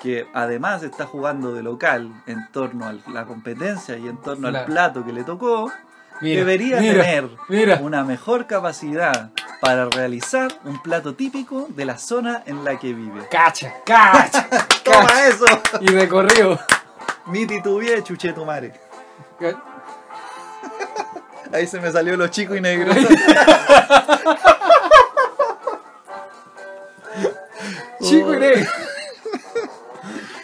que además está jugando de local en torno a la competencia y en torno al Claro. plato que le tocó, Mira, debería mira, tener mira. una mejor capacidad para realizar un plato típico de la zona en la que vive. Cacha, cacha, ¡Toma cacha. eso! Y de corrido. Ni titubeé, chuché tu madre. Ahí se me salió los chicos y negros. Chico y negro.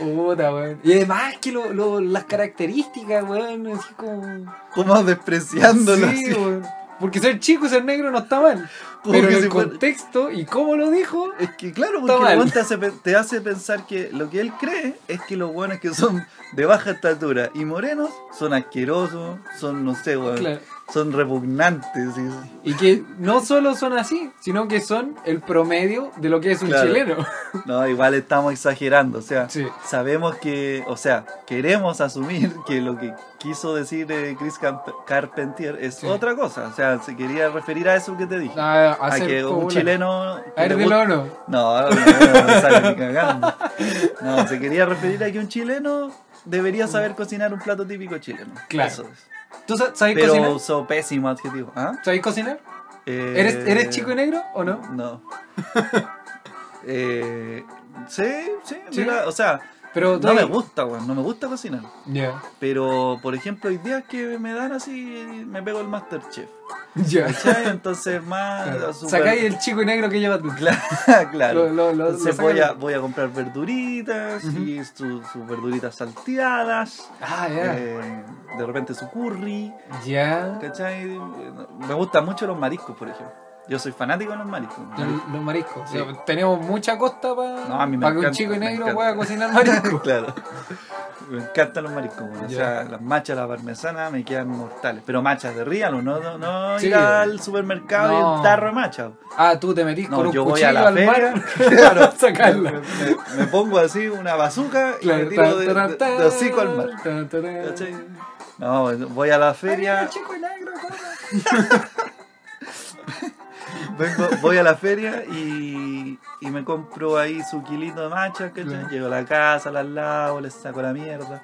Oh. Puta, weón. Y además que lo- lo- las características, weón, así como. Como despreciándolo. Sí, así. weón. Porque ser chico y ser negro no está mal. Como Pero que en el si fuera- contexto y cómo lo dijo, Es que claro, Está porque mal. el weón te hace, pe- te hace pensar que lo que él cree es que los buenos que son de baja estatura y morenos son asquerosos, son, no sé, weón, Claro. son repugnantes. y- Y que no solo son así, sino que son el promedio de lo que es un Claro. chileno. No, igual estamos exagerando, o sea, Sí. sabemos que, o sea, queremos asumir que lo que quiso decir eh, Chris Camp- Carpentier es Sí. Ah, otra cosa, o sea, se quería referir a eso que te dije. A, a A ser Ah, que un popular. chileno... que A ver, le dilo gusta- o no. No, no, no, no sale ni cagando. No, se quería referir a que un chileno debería saber cocinar un plato típico chileno. Claro. Eso es. ¿Tú sa- sabes Pero cocinar? usó pésimo adjetivo. ¿Ah? ¿Sabes cocinar? Eh, ¿Eres, ¿Eres chico y negro o no? No. Eh, sí, sí, Sí. mira, o sea, Pero no me todavía- gusta, weón, no me gusta cocinar. Ya, Pero, por ejemplo, hay días que me dan así, me pego el Masterchef. ya. ¿Cachai? Entonces, más. super- Sacáis el chico y negro que llevas tú. Claro, claro. Lo- lo- lo- lo Entonces sacan voy, a, del- voy a comprar verduritas Ujú. y su- sus verduritas salteadas. Ah, ya. eh, de repente su curry. ya. ¿Cachai? Eh, Me gustan mucho los mariscos, por ejemplo. Yo soy fanático de los mariscos. Los los mariscos. Sí. O sea, Tenemos mucha costa para No, a mí me que un encanta, chico y me negro encanta. pueda cocinar mariscos. claro. Me encantan los mariscos. bueno, O Ya. sea, las machas, la parmesana me quedan mortales. Pero machas de Rialo, no, no, no Sí. eh, ir al supermercado y No. un tarro de macha. Ah, tú te metís con No, un yo voy cuchillo a la al feria. mar Claro. a sacarla. Me, me pongo así una bazuca y me Claro, tiro de, tan, de- tan, de hocico al mar. tan, tan, tan. ¿Cachai? Ah. No, voy a la feria, vengo, voy a la feria y, y me compro ahí su kilito de macha, ¿cachai? Claro. Llego a la casa, las lavo, les saco la mierda,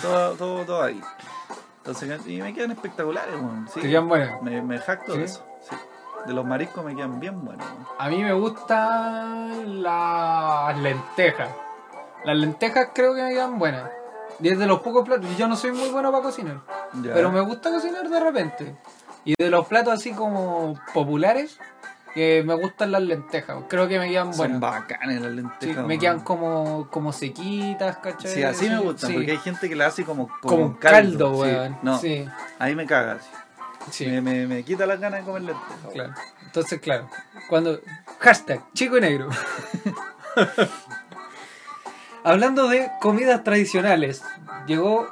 todo, todo, todo ahí. Entonces, y me quedan espectaculares, weón, sí. Te quedan buenas. Me, me jacto ¿Sí? de eso, sí. De los mariscos me quedan bien buenos, weón. A mí me gustan las lentejas. Las lentejas creo que me quedan buenas. Y es de los pocos platos. Yo no soy muy bueno para cocinar. Ya. Pero me gusta cocinar de repente. Y de los platos así como populares, que me gustan las lentejas. Creo que me quedan Son buenas. bacanes las lentejas. Sí, me weón. quedan como, como sequitas, ¿cachai? Sí, así me gustan, sí. porque hay gente que la hace como, como, Como un un caldo, sí. weón. No, Sí, ahí me caga, sí. sí. Me, me- me quita las ganas de comer lentejas. weón. Claro. Entonces, claro, cuando. Hashtag, chico y negro. Hablando de comidas tradicionales, llegó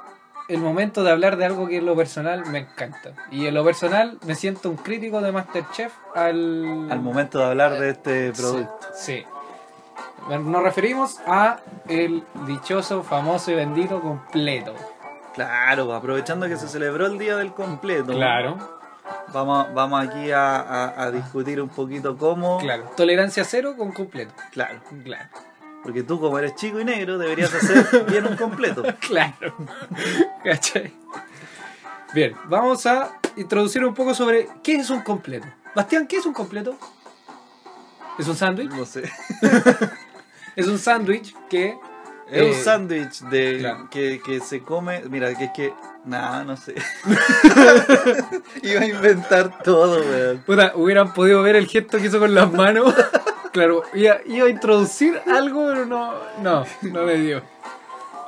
el momento de hablar de algo que en lo personal me encanta. Y en lo personal me siento un crítico de Masterchef al. Al momento de hablar de este Sí, producto. Sí. Nos referimos a el dichoso, famoso y bendito completo. Claro, pues, aprovechando que se celebró el día del completo. Vamos, vamos aquí a, a- a discutir un poquito cómo. Claro. Tolerancia cero con completo. Claro, Claro. Porque tú, como eres chico y negro, deberías hacer bien un completo. Claro. ¿Cachai? Bien, vamos a introducir un poco sobre qué es un completo. Bastián, ¿qué es un completo? ¿Es un sándwich? No sé. Es un sándwich que... Es eh, un sándwich de claro. que, que se come. Mira, que es que. Nada, no sé. Iba a inventar todo, weón. Puta, hubieran podido ver el gesto que hizo con las manos. claro, iba, iba a introducir algo, pero no, no, no me dio.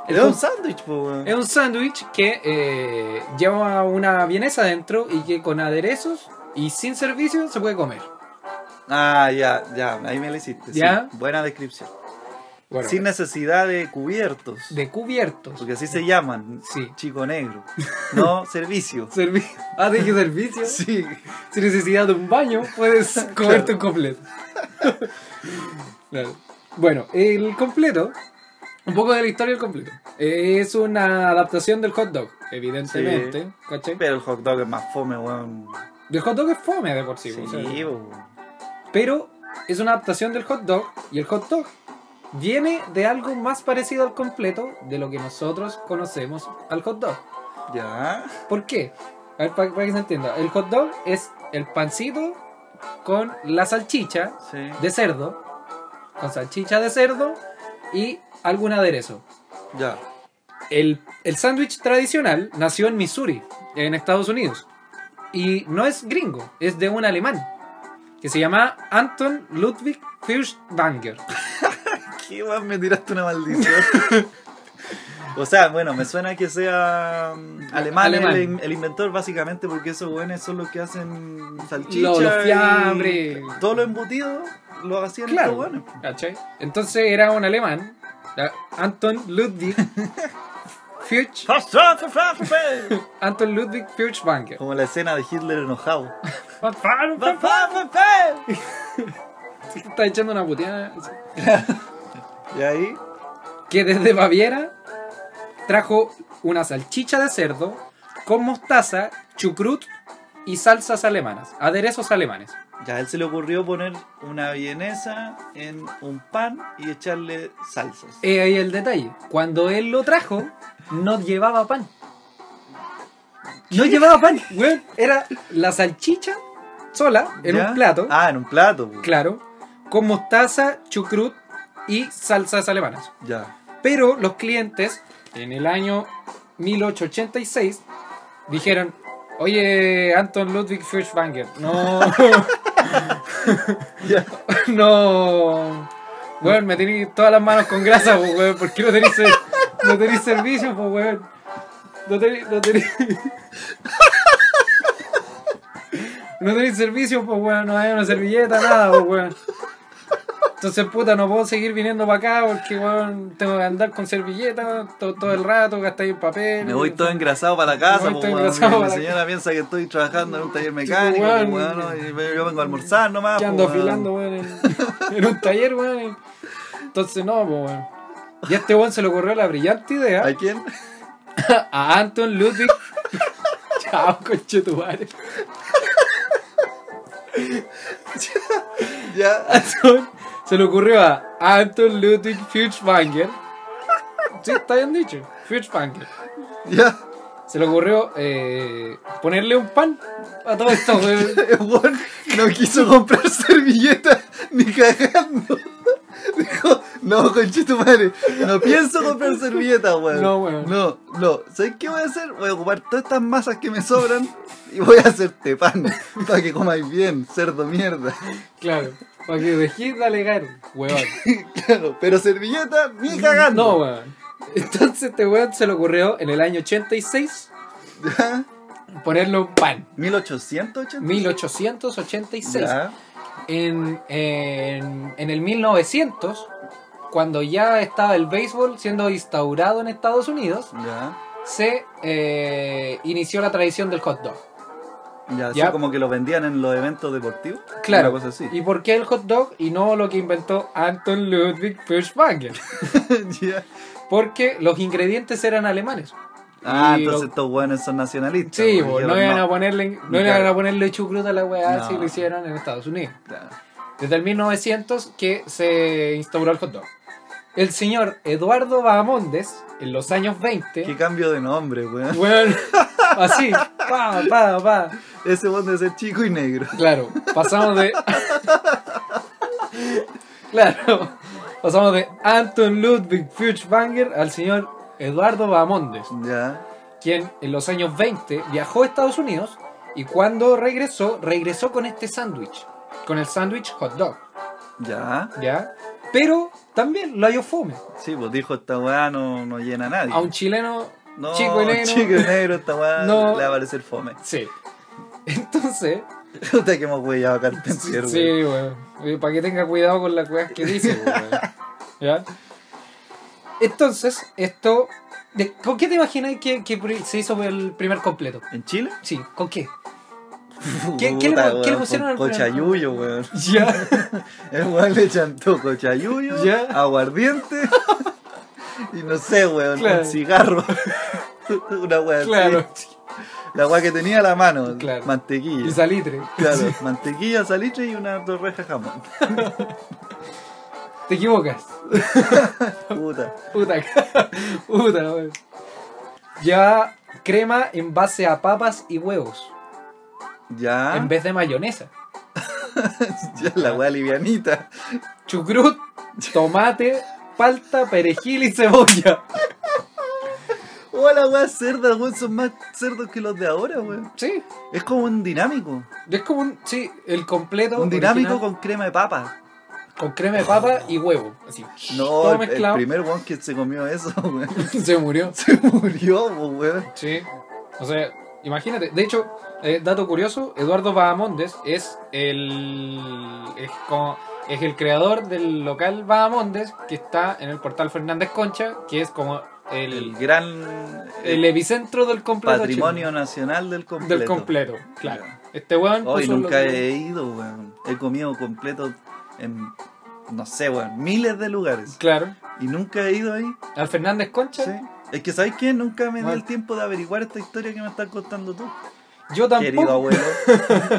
Es un sándwich, po, weón. Es un sándwich que eh, lleva una vienesa adentro y que con aderezos Y sin servicio se puede comer. Ah, ya, ya, ahí me lo hiciste. sí. ¿Ya? Buena descripción. Bueno, Sin necesidad de cubiertos. de cubiertos. Porque así se llaman. Sí. Chico negro. No servicio. Servi ah, dije servicio. Sí. Sin necesidad de un baño, puedes comerte un completo. Claro. Bueno, el completo, un poco de la historia del completo. Eh, Es una adaptación del hot dog, evidentemente. ¿cachai? Pero el hot dog es más fome, weón. El hot dog es fome de por sí. pues, Sí, o sea, weón. pero es una adaptación del hot dog y el hot dog viene de algo más parecido al completo de lo que nosotros conocemos al hot dog. Ya. ¿Por qué? A ver, para, para que se entienda. El hot dog es el pancito con la salchicha Sí. de cerdo, con salchicha de cerdo y algún aderezo. Ya. El, el sándwich tradicional nació en Missouri, en Estados Unidos. Y no es gringo, es de un alemán, que se llama Anton Ludwig Fürstwanger. ¿Qué weón me tiraste una maldición? O sea, bueno, me suena que sea mm, alemán, Alemán. El, el inventor básicamente porque esos weones son los que hacen salchicha, Los- los y fiambres. todo lo embutido lo hacían Claro. estos weones. ¿Cachai? Entonces era un alemán, la- Anton Ludwig Fürst, Anton Ludwig Fürstwanger. Como la escena de Hitler enojado. pues, Está echando una puteada. así. Y ahí, que desde Baviera trajo una salchicha de cerdo con mostaza, chucrut y salsas alemanas, aderezos alemanes. ya a él se le ocurrió poner una vienesa en un pan y echarle salsas. He ahí el detalle. Cuando él lo trajo, no llevaba pan. No llevaba pan, weón. Era la salchicha sola en ¿Ya? un plato, Ah, en un plato. pues. claro, con mostaza, chucrut y salsas alemanas. Ya. Pero los clientes, en el año 1886, dijeron, oye, Anton Ludwig Furschwanger, no, Ya. no, weón, me tenéis todas las manos con grasa, po, weón, ¿por qué no tenéis, ser- no tenéis servicio, po, weón? No tenéis, no tenéis... No tenéis servicio, pues, weón, no hay una servilleta, nada, pues, weón. Entonces, puta, no puedo seguir viniendo para acá porque, weón, tengo que andar con servilleta weón, to- todo, el rato, gastar el papel. Me voy todo engrasado para la casa, Me voy po, todo weón. engrasado Mi para la señora piensa que estoy trabajando en un taller mecánico, weón. po, weón, ¿no? Y me- yo vengo a almorzar nomás. Que po, ando weón. afilando, weón, en, en un taller, weón. Entonces, no, pues, weón. Y a este weón se le ocurrió la brillante idea ¿A quién? a Anton Ludwig. Chao, conchetumare. Ya. Anton- se le ocurrió a Anton Ludwig Furtwanger. Sí, está bien dicho. Furtwanger. Ya. Se le ocurrió eh, ponerle un pan a todo esto, weón. El weón no quiso comprar servilleta ni cagando. Dijo, no, conchito madre, no pienso comprar servilleta, weón. No, weón. No, no. ¿Sabes qué voy a hacer? Voy a ocupar todas estas masas que me sobran y voy a hacerte pan para que comáis bien, cerdo mierda. Claro, para que dejéis de alegar, weón. Claro, pero servilleta ni cagando. No, weón. Entonces este weón se le ocurrió en el año 86 Ya. ponerle un pan. 1880. 1886. Ya. En, en, en el 1900, cuando ya estaba el béisbol siendo instaurado en Estados Unidos, Ya. se eh, inició la tradición del hot dog. Ya, así Ya. como que lo vendían en los eventos deportivos. Claro. Una cosa así. ¿Y por qué el hot dog y no lo que inventó Anton Ludwig Furtwanger? Ya. Porque los ingredientes eran alemanes. Ah, Y entonces lo- estos buenos son nacionalistas. Sí, pues, bo, no dijeron, iban no. a ponerle, no Claro. iban a ponerle chucrut a la weá No. si lo hicieron en Estados Unidos. Claro. Desde el 1900 que se instauró el hot dog. El señor Eduardo Bahamondes, en los años 20, Qué cambio de nombre, weón. weón, así, pa, pa, pa. Ese weón de ser chico y negro. Claro, pasamos de. claro, pasamos de Anton Ludwig Furtwanger al señor Eduardo Bahamondes, Ya. quien en los años 20 viajó a Estados Unidos y cuando regresó, regresó con este sándwich, con el sándwich hot dog, Ya. ¿ya? Pero también lo halló fome. Sí, pues dijo esta weá no, no llena a nadie. A un chileno no, chico y negro. chico y negro, esta weá No. le va a parecer fome. Sí. Entonces, Puta que hemos huellado acá al pensier, weón. Sí, weón. Para que tenga cuidado con las weas que dice, weón. ¿Ya? Entonces, esto. de- ¿Con qué te imaginas que, que pri- se hizo el primer completo? ¿En Chile? Sí, ¿con qué? ¿Qué- qué le Puta, pu- weón, qué le pusieron al con primer- Cochayuyo, weón. Ya. El weón le chantó cochayuyo, Ya. aguardiente y no sé, weón, Claro. un cigarro. Una weá así. Claro. La weá que tenía a la mano, Claro. mantequilla. Y salitre. Claro, mantequilla, salitre y una torreja de jamón. Te equivocas. Puta. Puta, puta, weón. Lleva crema en base a papas y huevos, Ya. en vez de mayonesa. ya la weá livianita. Chucrut, tomate, palta, perejil y cebolla. Oh, la weá cerda, weón, son más cerdos que los de ahora, weón. Sí, Es como un dinámico. es como un, sí, el completo. Un dinámico original, con crema de papa. con crema de papa y huevo. Así, No, todo el, el mezclado. primer weón que se comió eso, weón. Se murió. Se murió, pues, weón. Sí, o sea, imagínate. De hecho, eh, dato curioso, Eduardo Bahamondes es el es, co- es el creador del local Bahamondes que está en el portal Fernández Concha, que es como El el, gran eh, el epicentro del completo patrimonio nacional del chileno. completo. del completo. Claro. Este weón Hoy puso nunca lo que- he ido, weón. He comido completo en, no sé, weón, miles de lugares. Claro, Y nunca he ido ahí. al Fernández Concha. ¿sí? Es que, ¿sabes qué? Nunca me di Bueno. el tiempo de averiguar esta historia que me estás contando tú, Yo querido tampoco. abuelo.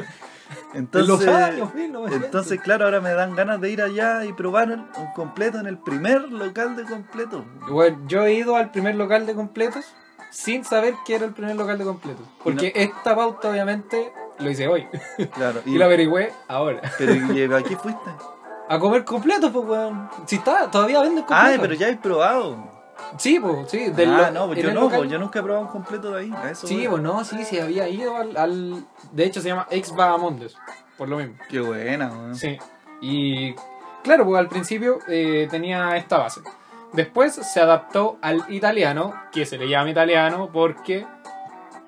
En los Entonces, años pues, 1900. entonces, claro, ahora me dan ganas de ir allá y probar un completo en el primer local de completo. Bueno, yo he ido al primer local de completos sin saber que era el primer local de completos. Porque esta pauta, obviamente, lo hice hoy. Claro. Y, la averigüé ahora. pero ¿y aquí fuiste? A comer completos, pues, weón. Si está, todavía venden completos. Ah, pero ya he probado. Sí, pues, sí. Del Ah, lo- no, pues en yo el no, local. pues yo nunca he probado un completo de ahí. a eso Sí, voy. pues no, sí, sí, había ido al. al- De hecho, se llama Ex Vagamondes. Por lo mismo. Qué buena, weón. Sí. Y. Claro, pues al principio eh, tenía esta base. Después se adaptó al italiano, que se le llama italiano porque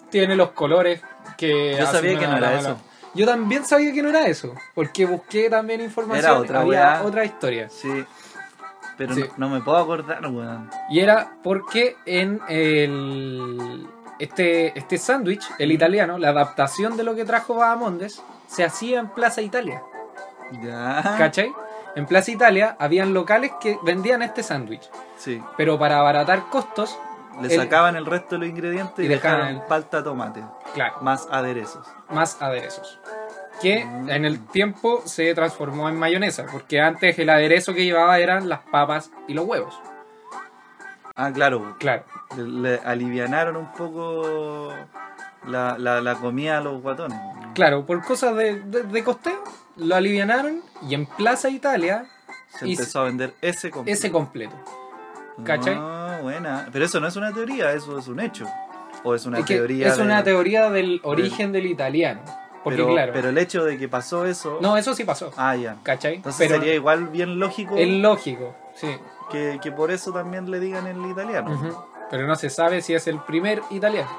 tiene los colores que. Yo sabía hacen que no a la- era a la- eso. Yo también sabía que no era eso, porque busqué también información. Era otra había weá. otra historia. Sí. Pero Sí. No, no me puedo acordar, weón. Y era porque en el este este sándwich, el italiano, la adaptación de lo que trajo Bahamondes, se hacía en Plaza Italia. Ya. ¿Cachai? En Plaza Italia habían locales que vendían este sándwich, Sí. pero para abaratar costos, Le El- sacaban el resto de los ingredientes y, Y dejaban dejaban, palta tomate. claro, Más aderezos. más aderezos. Que Mm. en el tiempo se transformó en mayonesa, porque antes el aderezo que llevaba eran las papas y los huevos. Ah, claro. Claro, Le, le alivianaron un poco la, la, la comida a los guatones. claro, por cosas de, de- de costeo, lo alivianaron y en Plaza Italia Se Y empezó a vender ese completo. ese completo. ¿cachai? Ah, buena. Pero eso no es una teoría, eso es un hecho. O es una Es que teoría. es una de- teoría del origen del italiano. Porque pero, claro. pero el hecho de que pasó eso. no, eso sí pasó. Ah, ya. ¿Cachai? Entonces pero sería igual bien lógico es lógico, sí. que, que por eso también le digan el italiano. Ujú. Pero no se sabe si es el primer italiano.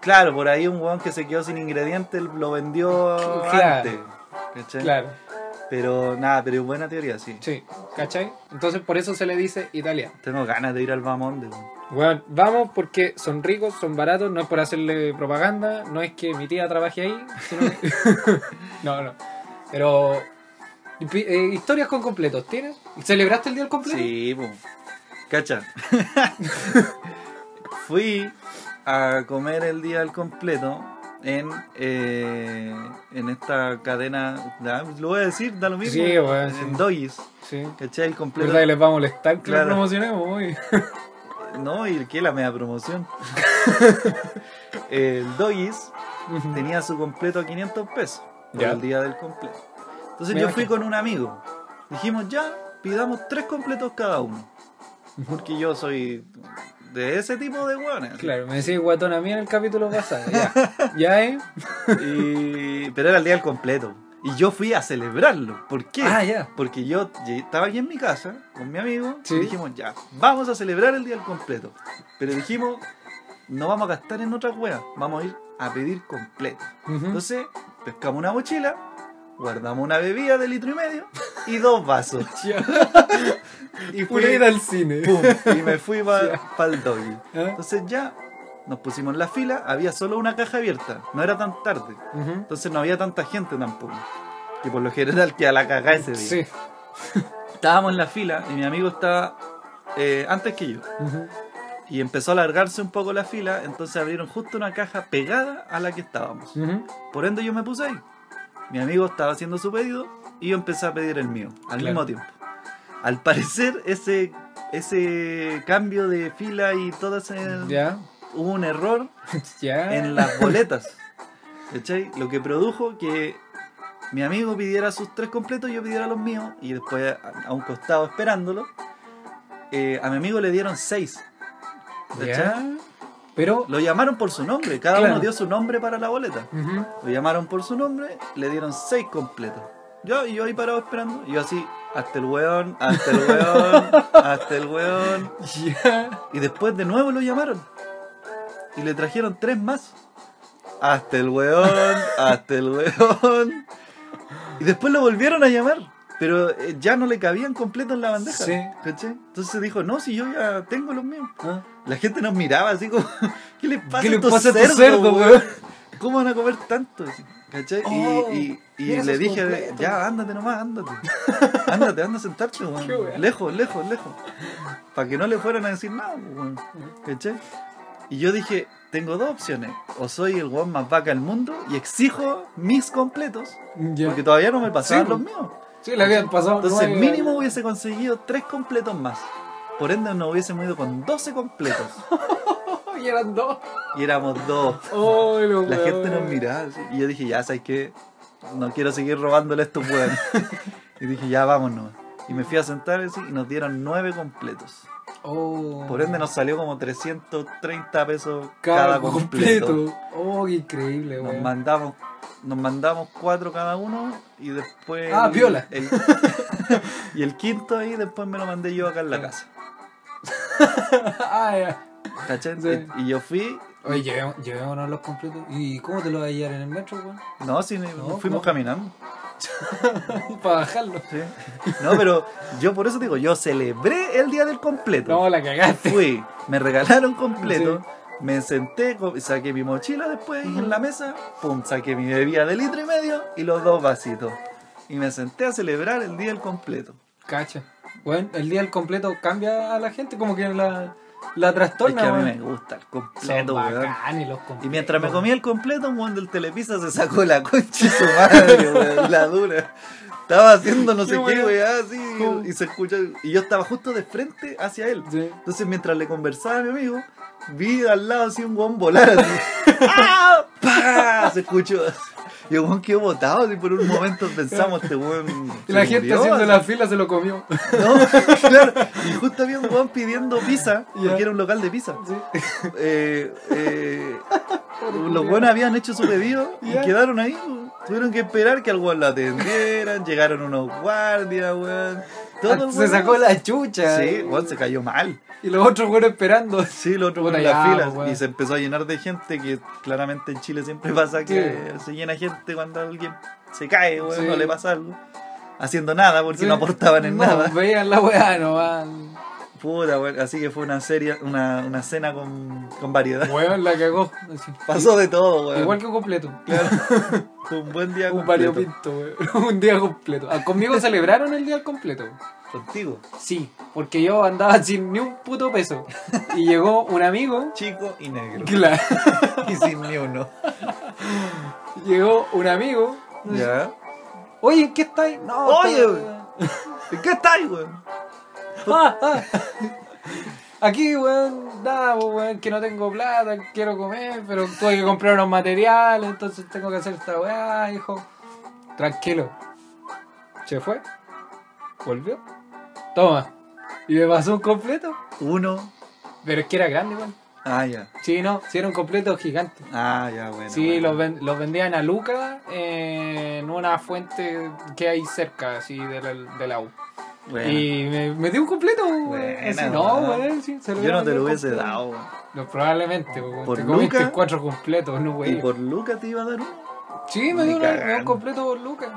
Claro, por ahí un weón que se quedó sin ingredientes lo vendió Claro. antes. ¿cachai? Claro, Pero nada, pero es buena teoría, sí. sí. ¿Cachai? Entonces por eso se le dice italiano. Tengo ganas de ir al mamón de Bueno, vamos porque son ricos, son baratos, no es por hacerle propaganda, no es que mi tía trabaje ahí, sino que... no, no. Pero... eh, historias con completos, ¿tienes? ¿Celebraste el día del completo? Sí, po. Cacha. Fui a comer el día al completo en, eh, en esta cadena. da- Lo voy a decir, da lo mismo. Sí, weón, en sí. Doggies. Sí. ¿Cachai? El completo. ¿Verdad que les va a molestar que Claro. lo promocionemos hoy? No, y que la media promoción. el Doggies tenía su completo a 500 pesos por Ya. el día del completo. Entonces Me yo fui imagino. con un amigo. Dijimos ya, pidamos tres completos cada uno. Porque yo soy de ese tipo de hueones. Claro, me decís guatón a mí en el capítulo pasado. Ya, ya ¿eh? Y- Pero era el día del completo. Y yo fui a celebrarlo. ¿Por qué? Ah, ya. Porque yo lle- estaba aquí en mi casa con mi amigo Sí. y dijimos, ya, vamos a celebrar el día del completo. Pero dijimos, no vamos a gastar en otras weas, vamos a ir a pedir completo. Ujú. Entonces, Pescamos una mochila, guardamos una bebida de litro y medio y dos vasos. Y Una fui, ida al cine. pum, y me fui para Ya. el doggy. ¿Ah? Entonces ya nos pusimos en la fila, había solo una caja abierta, no era tan tarde. Ujú. Entonces no había tanta gente tampoco. Y por lo general queda la caga ese día. Sí. Estábamos en la fila y mi amigo estaba eh, antes que yo. Ujú. Y empezó a alargarse un poco la fila, entonces abrieron justo una caja pegada a la que estábamos. Ujú. Por ende yo me puse ahí. Mi amigo estaba haciendo su pedido y yo empecé a pedir el mío al Claro. mismo tiempo. Al parecer ese, ese cambio de fila y todo ese... Ya. Ah. Hubo un error Ya. en las boletas. ¿Cachai? Lo que produjo que mi amigo pidiera sus tres completos, yo pidiera los míos, y después a, a un costado esperándolo, eh, a mi amigo le dieron seis. ¿Cachai? Ya. Pero. Lo llamaron por su nombre, cada Claro. uno dio su nombre para la boleta. Ujú. Lo llamaron por su nombre, le dieron seis completos. Yo, y yo ahí parado esperando, y yo así, hasta el weón, hasta el weón, hasta el weón. Ya. Y después de nuevo lo llamaron. Y le trajeron tres más. Hasta el weón, hasta el weón. Y después lo volvieron a llamar. Pero eh, ya no le cabían completo en la bandeja. Sí. ¿cachai? Entonces dijo, no, si yo ya tengo los míos. Ah. La gente nos miraba así como, ¿qué les pasa, ¿Qué le a estos pasa a cerdos, estos cerdos, weón? weón? ¿Cómo van a comer tanto? Así, ¿Cachai? Y- Oh, y y mira le esos dije, completos. ya, ándate nomás, ándate. Ándate, anda a sentarte, weón. Qué weá. Lejos, lejos, lejos. Para que no le fueran a decir nada, weón. ¿Cachai? Y yo dije, tengo dos opciones. O soy el weón más vaca del mundo y exijo mis completos. Ya. Porque todavía no me pasaban Sí, los pues. míos. Sí, le habían pasado. Entonces nueve- mínimo hubiese conseguido tres completos más. Por ende nos hubiésemos ido con 12 completos. Y eran dos. Y éramos dos. Oh, lo La gente nos weón. miraba así, y yo dije, ya sabes que no quiero seguir robándole a estos weones. y dije, ya vámonos. Y me fui a sentar así, y nos dieron nueve completos. Oh. Por ende nos salió como 330 pesos cada, cada completo. completo. Oh, qué increíble, Nos weón. mandamos, nos mandamos cuatro cada uno y después. Ah, piola. el- y el quinto ahí después me lo mandé yo acá en la casa. ah, ya. ¿Cachai? Sí. Y, y yo fui. Oye, llevé- llevémonos los completos. ¿Y cómo te los vas a llevar en el metro, weón? No, sí, fuimos ¿cómo? caminando. Para bajarlo. Sí. No, pero yo por eso digo, yo celebré el día del completo. No, la cagaste. Fui, me regalaron completo, me senté, co- saqué mi mochila después ahí en la mesa, pum, saqué mi bebida de litro y medio y los dos vasitos. Y me senté a celebrar el día del completo. Cacha. Bueno, el día del completo cambia a la gente, como que la, la Es trastorna, que a mí weón. me gusta el Son completo, weón. bacanes los completos. Y mientras me comía el completo, un weón del Telepisa se sacó la concha y su madre, weón, la dura. Estaba haciendo no Qué sé qué, weón. weón, así, ¿Cómo? y se escucha. Y yo estaba justo de frente hacia él. Sí. Entonces, mientras le conversaba a mi amigo, vi al lado así un guan volar. así. ¡Ah! ¡Pah! Se escuchó. Y el guan quedó botado. Así por un momento pensamos, este guan. Y se la gente murió, haciendo así. la fila se lo comió. No, claro. Y justo había un guan pidiendo pizza, Ya. porque era un local de pizza. Sí. Eh, eh, los buenos habían hecho su pedido y Ya. quedaron ahí. weón. Tuvieron que esperar que al guan lo atendieran. Llegaron unos guardias, weón. Todo el Ah, se weón- sacó la chucha. Sí, weón, se cayó mal. Y los otros fueron esperando. Sí, lo otro Puta, en las ya, filas pues, weón. y se empezó a llenar de gente que claramente en Chile siempre pasa que se llena gente cuando alguien se cae, weón, Sí. no le pasa algo. Haciendo nada porque no aportaban en No, nada. Veían la weá, no van. Puta, weón. Así que fue una serie, una, una cena con, con variedad. Weón, la cagó. Así. Pasó de todo, weón. Igual que completo. Claro. Fue un buen día Un completo. variopinto, weón. Un día completo. Ah, Conmigo celebraron el día al completo. Contigo. Sí, porque yo andaba sin ni un puto peso. Y llegó un amigo. Chico y negro. Claro. y sin ni uno. Llegó un amigo. Ya. Oye, ¿en qué estáis? No, Oye, estoy- weón. ¿En qué estáis, weón? Ah, ah. Aquí, weón, nada, pues, weón, que no tengo plata, quiero comer, pero tuve que comprar unos materiales, entonces tengo que hacer esta weá, hijo. Tranquilo. Se fue. Volvió. Toma. Y me pasó un completo. Uno. Pero es que era grande, weón. Ah, ya. Sí, no, sí era un completo gigante. Ah, ya, bueno. Sí, bueno. Los, ven- los vendían a Luca eh, en una fuente que hay cerca, así, de la, de la U. Bueno. Y me, me dio un completo, weón. Buena, Así, no, weón. weón, sí, se Yo hubiera no te lo metido hubiese completo. dado. weón. No, probablemente, weón. Por te comiste Luca. cuatro completos, no, Y weón. por Luca te iba a dar uno. Sí, me Ni dio una- cagando. un completo por Lucas.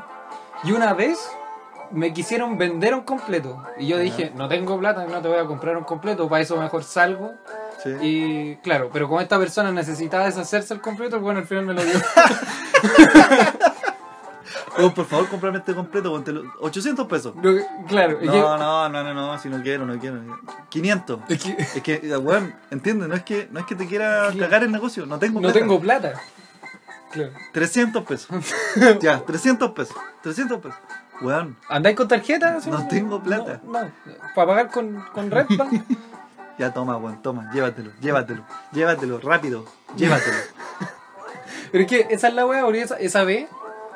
Y una vez me quisieron vender un completo. Y yo Ajá. dije, no tengo plata, no te voy a comprar un completo, para eso mejor salgo. Sí. Y claro, pero como esta persona necesitaba deshacerse el completo, bueno, al final me lo dio. Oh, por favor, comprame este completo, ponte lo- 800 pesos. Lo que- claro, es que- No, no, no, no, no, si no quiero, no quiero. no quiero. 500. es que, Es que, eh, weón, entiende, no es que, no es que te quiera Sí. cagar el negocio, no tengo no plata. tengo plata. Claro. 300 pesos. ya, 300 pesos. 300 pesos. Weón, ¿Andáis con tarjeta? Sí, No tengo plata. No, para pagar con, con Red Bank? ya toma, weón, toma, llévatelo, llévatelo, llévatelo, rápido, llévatelo. Pero es que esa es la wea, porque esa, esa vez,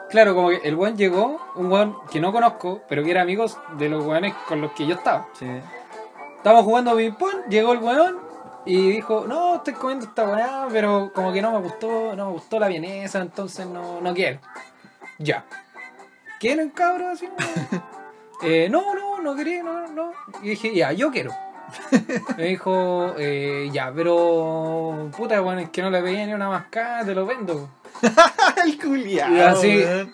claro, como que el weón llegó, un weón que no conozco, pero que era amigo de los weones con los que yo estaba. Sí. Estábamos jugando ping-pong, llegó el weón y dijo, no, estoy comiendo esta weá, pero como que no me gustó, no me gustó la vienesa, entonces no, no quiero. Ya. ¿Quieren, cabrón? Así, no. Eh, no, no, no quería, no, no. Y dije, ya, yo quiero. Me dijo, eh, ya, pero puta, weón, es que no le veía ni una mascada, te lo vendo. el culiao, Y así- weón.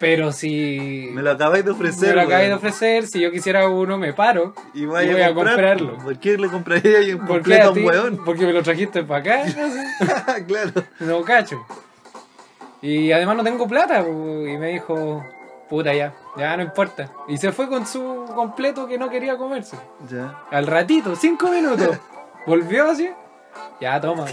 Pero si Me lo acabáis de me ofrecer. lo acabáis de weón. ofrecer, si yo quisiera uno, me paro. Y vaya voy a comprar. comprarlo. ¿Por qué le compraría un ¿Por qué completo a a un ti? weón? Porque me lo trajiste para acá. no sé. claro. No cacho. Y además no tengo plata. po, Y me dijo, puta ya, ya no importa. Y se fue con su completo que no quería comerse. Ya. Al ratito, cinco minutos. Volvió así. Ya, toma.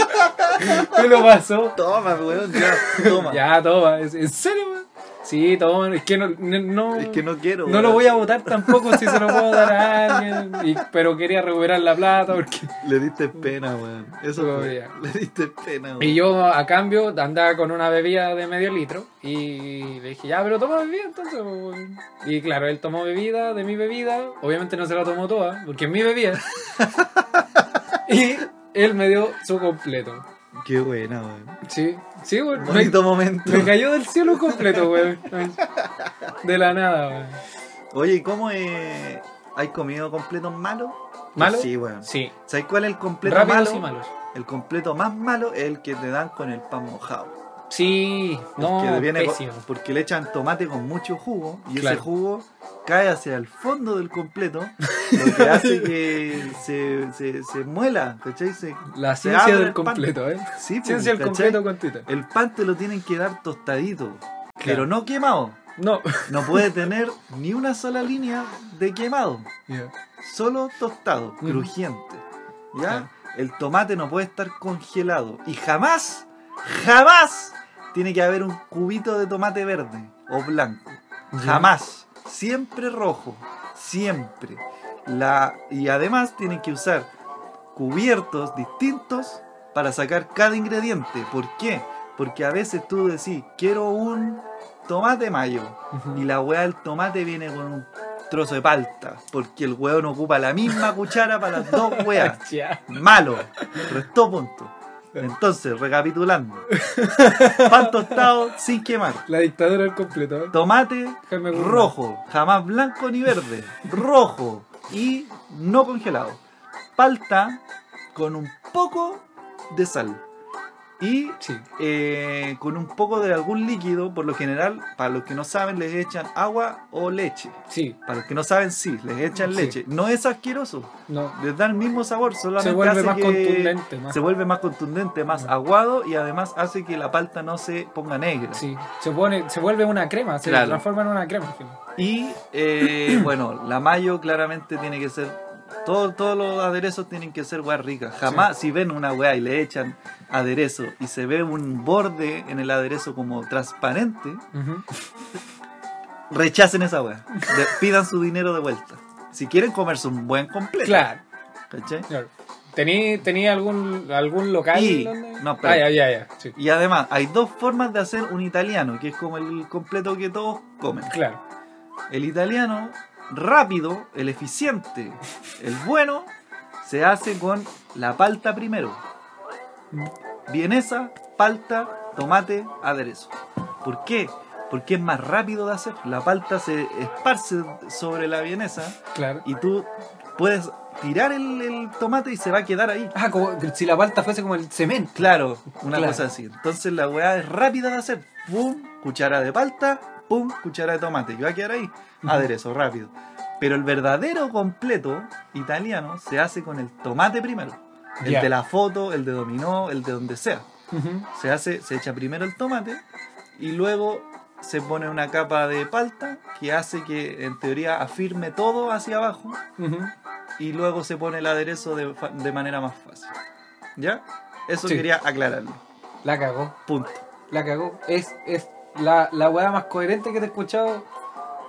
me lo pasó. Toma, weón, ya, toma. Ya, toma. Es- ¿En serio, weón? Sí, toma. Es que no, no, no- Es que no quiero. no lo voy a votar tampoco si se lo puedo dar a alguien. Y- pero quería recuperar la plata porque... Le diste pena, weón. Eso Lo fue. voy a- Le diste pena, Y weón. yo a cambio andaba con una bebida de medio litro y le dije, ya, pero toma bebida entonces. po, weón". Y claro, él tomó bebida de mi bebida, obviamente no se la tomó toda, porque es mi bebida. y él me dio su completo. Qué buena, weón. Sí, sí, weón. Me, Bonito momento. me cayó del cielo completo, weón. De la nada, weón. Oye, ¿y ¿cómo eh, ¿Hay comido completos malos? ¿Malo? Sí, weón. Sí, ¿Sabes cuál es el completo rápidos malo? y malos. El completo más malo es el que te dan con el pan mojado. Sí, no, que viene con- pésimo. porque le echan tomate con mucho jugo y Claro. ese jugo cae hacia el fondo del completo, lo que hace que se, se, se muela, ¿cachai? Se, La se ciencia abre del el pan. completo, ¿eh? Sí, pues, Ciencia del ¿cachai? completo con Tita. El pan te lo tienen que dar tostadito, pero no quemado. No. No puede tener ni una sola línea de quemado. Ya. solo tostado, Ujú. crujiente. ¿Ya? Claro. El tomate no puede estar congelado. Y jamás, jamás tiene que haber un cubito de tomate verde o blanco. Jamás. Siempre rojo. Siempre. La, y además tienen que usar cubiertos distintos para sacar cada ingrediente. ¿Por qué? Porque a veces tú decís, quiero un tomate mayo. Ujú. Y la weá del tomate viene con un trozo de palta. Porque el weón ocupa la misma cuchara para las dos weas. Ya. Malo. Restó punto. Entonces, recapitulando. Pan tostado sin quemar. La dictadura al completo. ¿eh? Tomate Jaime Guzmán. rojo. Jamás blanco ni verde. Rojo. Y no congelado. Palta con un poco de sal. Y Sí. eh, con un poco de algún líquido, por lo general, para los que no saben, les echan agua o leche. Sí. Para los que no saben, sí, les echan Sí. leche. No es asqueroso, No. les da el mismo sabor, solamente Se vuelve hace más que contundente. Más. Se vuelve más contundente, más Mm. aguado y además hace que la palta no se ponga negra. Sí. Se, pone, se vuelve una crema. Se Claro. transforma en una crema. al final. Y eh, bueno, la mayo claramente tiene que ser. todo- todos los aderezos tienen que ser weas ricas. Jamás, si ven una wea y le echan aderezo y se ve un borde en el aderezo como transparente, rechacen esa wea. De- pidan su dinero de vuelta. Si quieren comerse un buen completo. Claro. ¿cachai? claro. ¿Tení, tení algún, algún local? Y- donde- no, pero- ah, ya, ya, ya. Sí. Y además, hay dos formas de hacer un italiano, que es como el completo que todos comen. Claro. El italiano rápido, el eficiente, el bueno, se hace con la palta primero. Vienesa, palta, tomate, aderezo. ¿Por qué? Porque es más rápido de hacer. La palta se esparce sobre la vienesa Claro. y tú puedes tirar el, el tomate y se va a quedar ahí. Ah, como si la palta fuese como el cemento. Claro, una Claro. cosa así. Entonces la weá es rápida de hacer. Pum, cuchara de palta, pum, cuchara de tomate. Y va a quedar ahí. Ujú. Aderezo, rápido. Pero el verdadero completo italiano se hace con el tomate primero. El Ya. de la foto, el de dominó, el de donde sea. Ujú. Se hace, se echa primero el tomate y luego se pone una capa de palta que hace que en teoría afirme todo hacia abajo Ujú. y luego se pone el aderezo de, fa- de manera más fácil. ¿Ya? Eso Sí. quería aclararlo. La cagó, Punto. la cagó. Es, es la, la weá más coherente que te he escuchado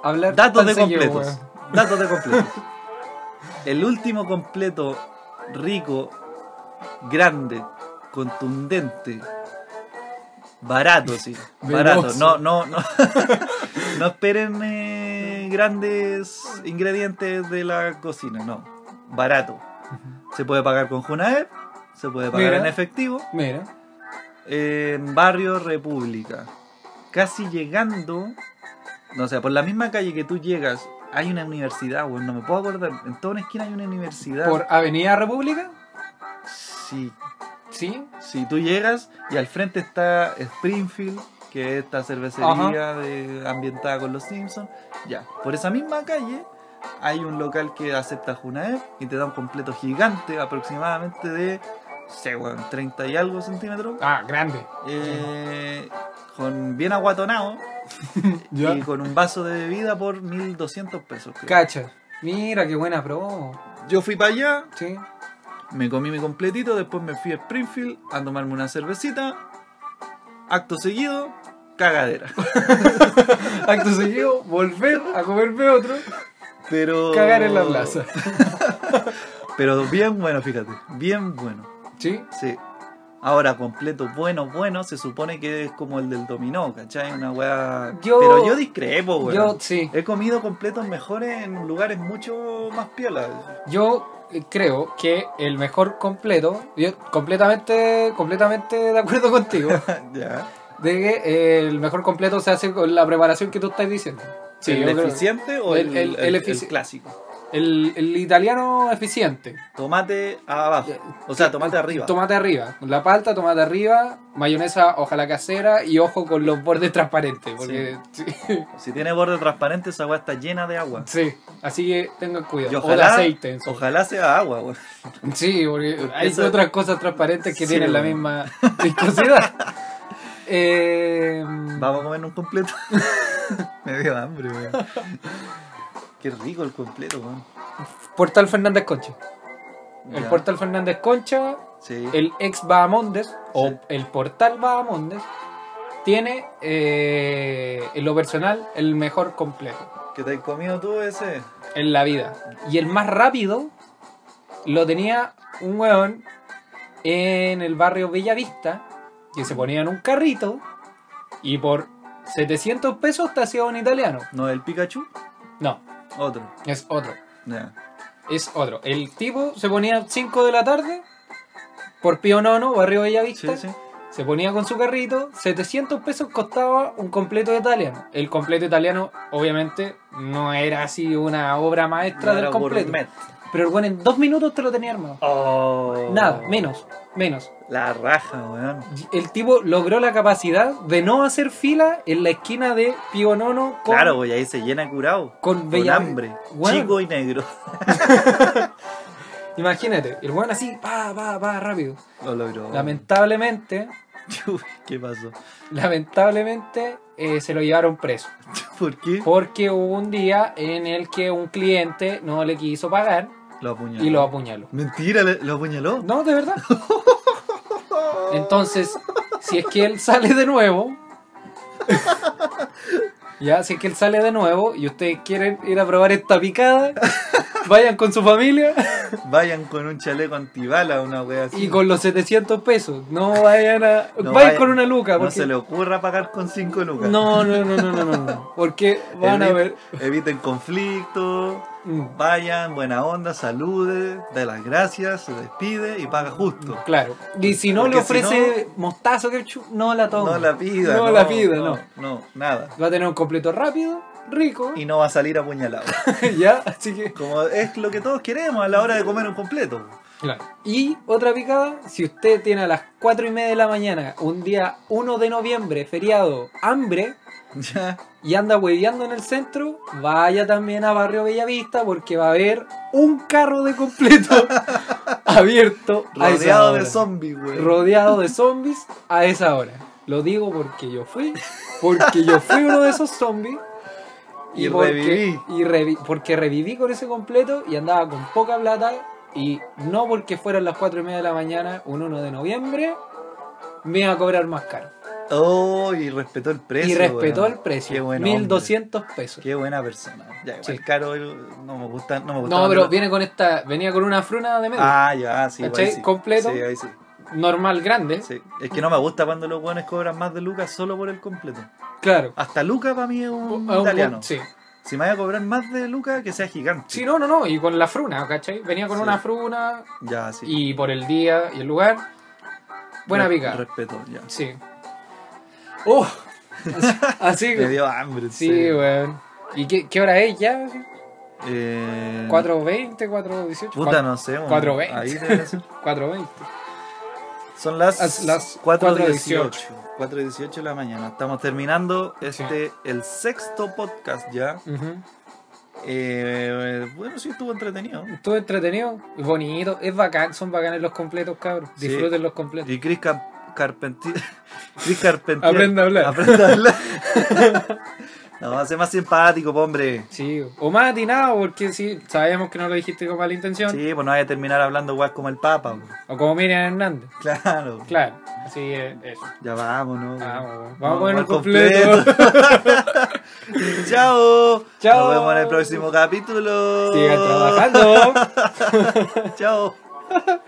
hablar. Datos tan de seguido, completos. weón. Datos de completos. El último completo rico, grande, contundente, barato, sí. Barato. Veloz. No, no, no. No esperen eh, grandes ingredientes de la cocina, no. Barato. Se puede pagar con Junaep, se puede pagar Mira. en efectivo. Mira, en Barrio República. Casi llegando, no o sea, por la misma calle que tú llegas, hay una universidad, weón, no me puedo acordar. En toda una esquina hay una universidad. por Avenida República, Si, sí. si tú llegas y al frente está Springfield, que es esta cervecería de- ambientada con los Simpsons, ya. Por esa misma calle hay un local que acepta Junae y te da un completo gigante, aproximadamente de, no sé, weón, 30 y algo centímetros. Ah, grande. Eh, con bien aguatonado Ya. y con un vaso de bebida por 1200 pesos. creo. Cacha. Mira, qué buena pro. Yo fui para allá, Sí. me comí mi completito, después me fui a Springfield a tomarme una cervecita. Acto seguido, cagadera. Acto seguido, volver a comerme otro, Pero cagar en la Oh. plaza. Pero bien bueno, fíjate, bien bueno. Sí. Sí. Ahora, completo, bueno, bueno, se supone que es como el del dominó, ¿cachai? Una weá. Yo- Pero yo discrepo, weón. Yo, sí. He comido completos mejores en lugares mucho más piolas. Yo eh, creo que el mejor completo, yo completamente, completamente de acuerdo contigo, ya. de que eh, el mejor completo se hace con la preparación que tú estás diciendo. yo ¿El creo- eficiente o el, El- el- el el- el efici- clásico? el- el italiano eficiente. Tomate abajo. O sea, tomate arriba. Tomate arriba. La palta, tomate arriba, mayonesa, ojalá casera y ojo con los bordes transparentes. Porque sí, si tiene borde transparente, esa agua está llena de agua. sí. así que tengan cuidado. Y O de ojalá, aceite. en su- ojalá sea agua, güey. Sí, porque hay Eso- otras cosas transparentes que Sí, tienen la bueno. misma viscosidad. Eh, Vamos a comer un completo. Me dio hambre, güey. Qué rico el completo, güey. Portal Fernández Concha. El Ya. Portal Fernández Concha, Sí. el ex Bahamondes o Sí. el Portal Bahamondes tiene eh, en lo personal el mejor complejo. ¿Que te has comido tú ese? en la vida. Y el más rápido lo tenía un weón en el barrio Bellavista, que se ponía en un carrito y por 700 pesos te hacía un italiano. ¿No el Pikachu? No, Otro. es otro. Ya. Es otro. El tipo se ponía 5 de la tarde por Pío Nono, barrio Bellavista. Sí, sí. Se ponía con su carrito, 700 pesos costaba un completo italiano. El completo italiano, obviamente, no era así una obra maestra Era del completo. gourmet. Pero el weón en dos minutos te lo tenía armado. Oh. Nada, menos, menos. La raja, weón. Y El tipo logró la capacidad de no hacer fila en la esquina de Pío Nono con, Claro, güey, ahí se llena curado. con Con Bella- hambre. Weón, Chico y negro. Imagínate, el weón así, pa, pa, pa, rápido. Lo logró. Lamentablemente, Uy, ¿Qué pasó? lamentablemente eh, se lo llevaron preso. ¿Por qué? Porque hubo un día en el que un cliente no le quiso pagar Lo apuñaló. y lo apuñaló. Mentira, le- lo apuñaló. No, de verdad. Entonces, si es que él sale de nuevo. ya, si es que él sale de nuevo y ustedes quieren ir a probar esta picada, vayan con su familia Vayan con un chaleco antibala, una wea así. y con los 700 pesos. No vayan a. vayan, No vaya- con una luca. No Porque... se le ocurra pagar con cinco lucas. no, no, no, no, no, no, no. Porque van a Evit- ver. Eviten conflictos. Mm, Vayan, buena onda, salude, de las gracias, se despide y paga justo. Claro. Y si no le Porque si ofrece mostazo, ketchup, no la toma. No la pida. No la pida, no. No, nada. Va a tener un completo rápido rico. y no va a salir apuñalado. ya, así que. Como es lo que todos queremos a la hora de comer un completo. Y otra picada, si usted tiene a las 4 y media de la mañana, un día 1 de noviembre, feriado, hambre, Ya. y anda hueveando en el centro, vaya también a Barrio Bellavista porque va a haber un carro de completo abierto a esa Rodeado de hora. zombies, güey. rodeado de zombies a esa hora. Lo digo porque yo fui, porque yo fui uno de esos zombies. Y porque- reviví. y revi- porque reviví con ese completo y andaba con poca plata. Y no porque fueran las 4 y media de la mañana, un 1 de noviembre, me iba a cobrar más caro. Oh, y respetó el precio. y respetó weón. el Qué precio, buen hombre. 1200 pesos. Qué buena persona. Ya, igual Sí. caro el- no me gusta. No, me gusta No, pero tanto. viene con esta, venía con una fruna de medio, Ah, ya, sí, ¿Cachai? ahí sí. Completo. Sí, ahí sí. normal grande, Sí. Es que no me gusta cuando los buenos cobran más de lucas solo por el completo. claro. Hasta lucas para mí es un A un Ah, italiano. buen- sí. Si me voy a cobrar más de lucas, que sea gigante. Sí, no, no, no, y con la fruna, ¿cachai? Venía con Sí. una fruna, Ya, sí. y por el día y el lugar. Buena Re- pica. Respeto, ya. Sí. ¡Oh! Así- Así Me que. dio hambre. Sí, weón. ¿Y qué, qué hora es ya? Em. Eh, ¿4.20? ¿4.18? Puta, no sé. weón. 4.20. Ahí debe ser. 4.20. Son las, As- las 4.18. 4.18 de la mañana. Estamos terminando este, el sexto podcast ya. Ujú. Eh, bueno, sí estuvo entretenido. Todo entretenido, bonito, es bacán, son bacanes los completos, cabros. Sí. Disfruten los completos. Y Chris Cap- Carpentier. Chris Carpentier. Aprenda a hablar. Aprenda a hablar. no, sé más simpático, po, hombre. Sí, o más atinado, porque sí, sabemos que no lo dijiste con mala intención. Sí, pues no vaya a terminar hablando guas como el Papa. po. O como Miriam Hernández. Claro. Claro, así es eso. Ya vamos, ¿no? Vamos, Vamos vamos a poner al un completo. Chao. Chao. Nos vemos Oh. en el próximo capítulo. Sigan trabajando. Chao.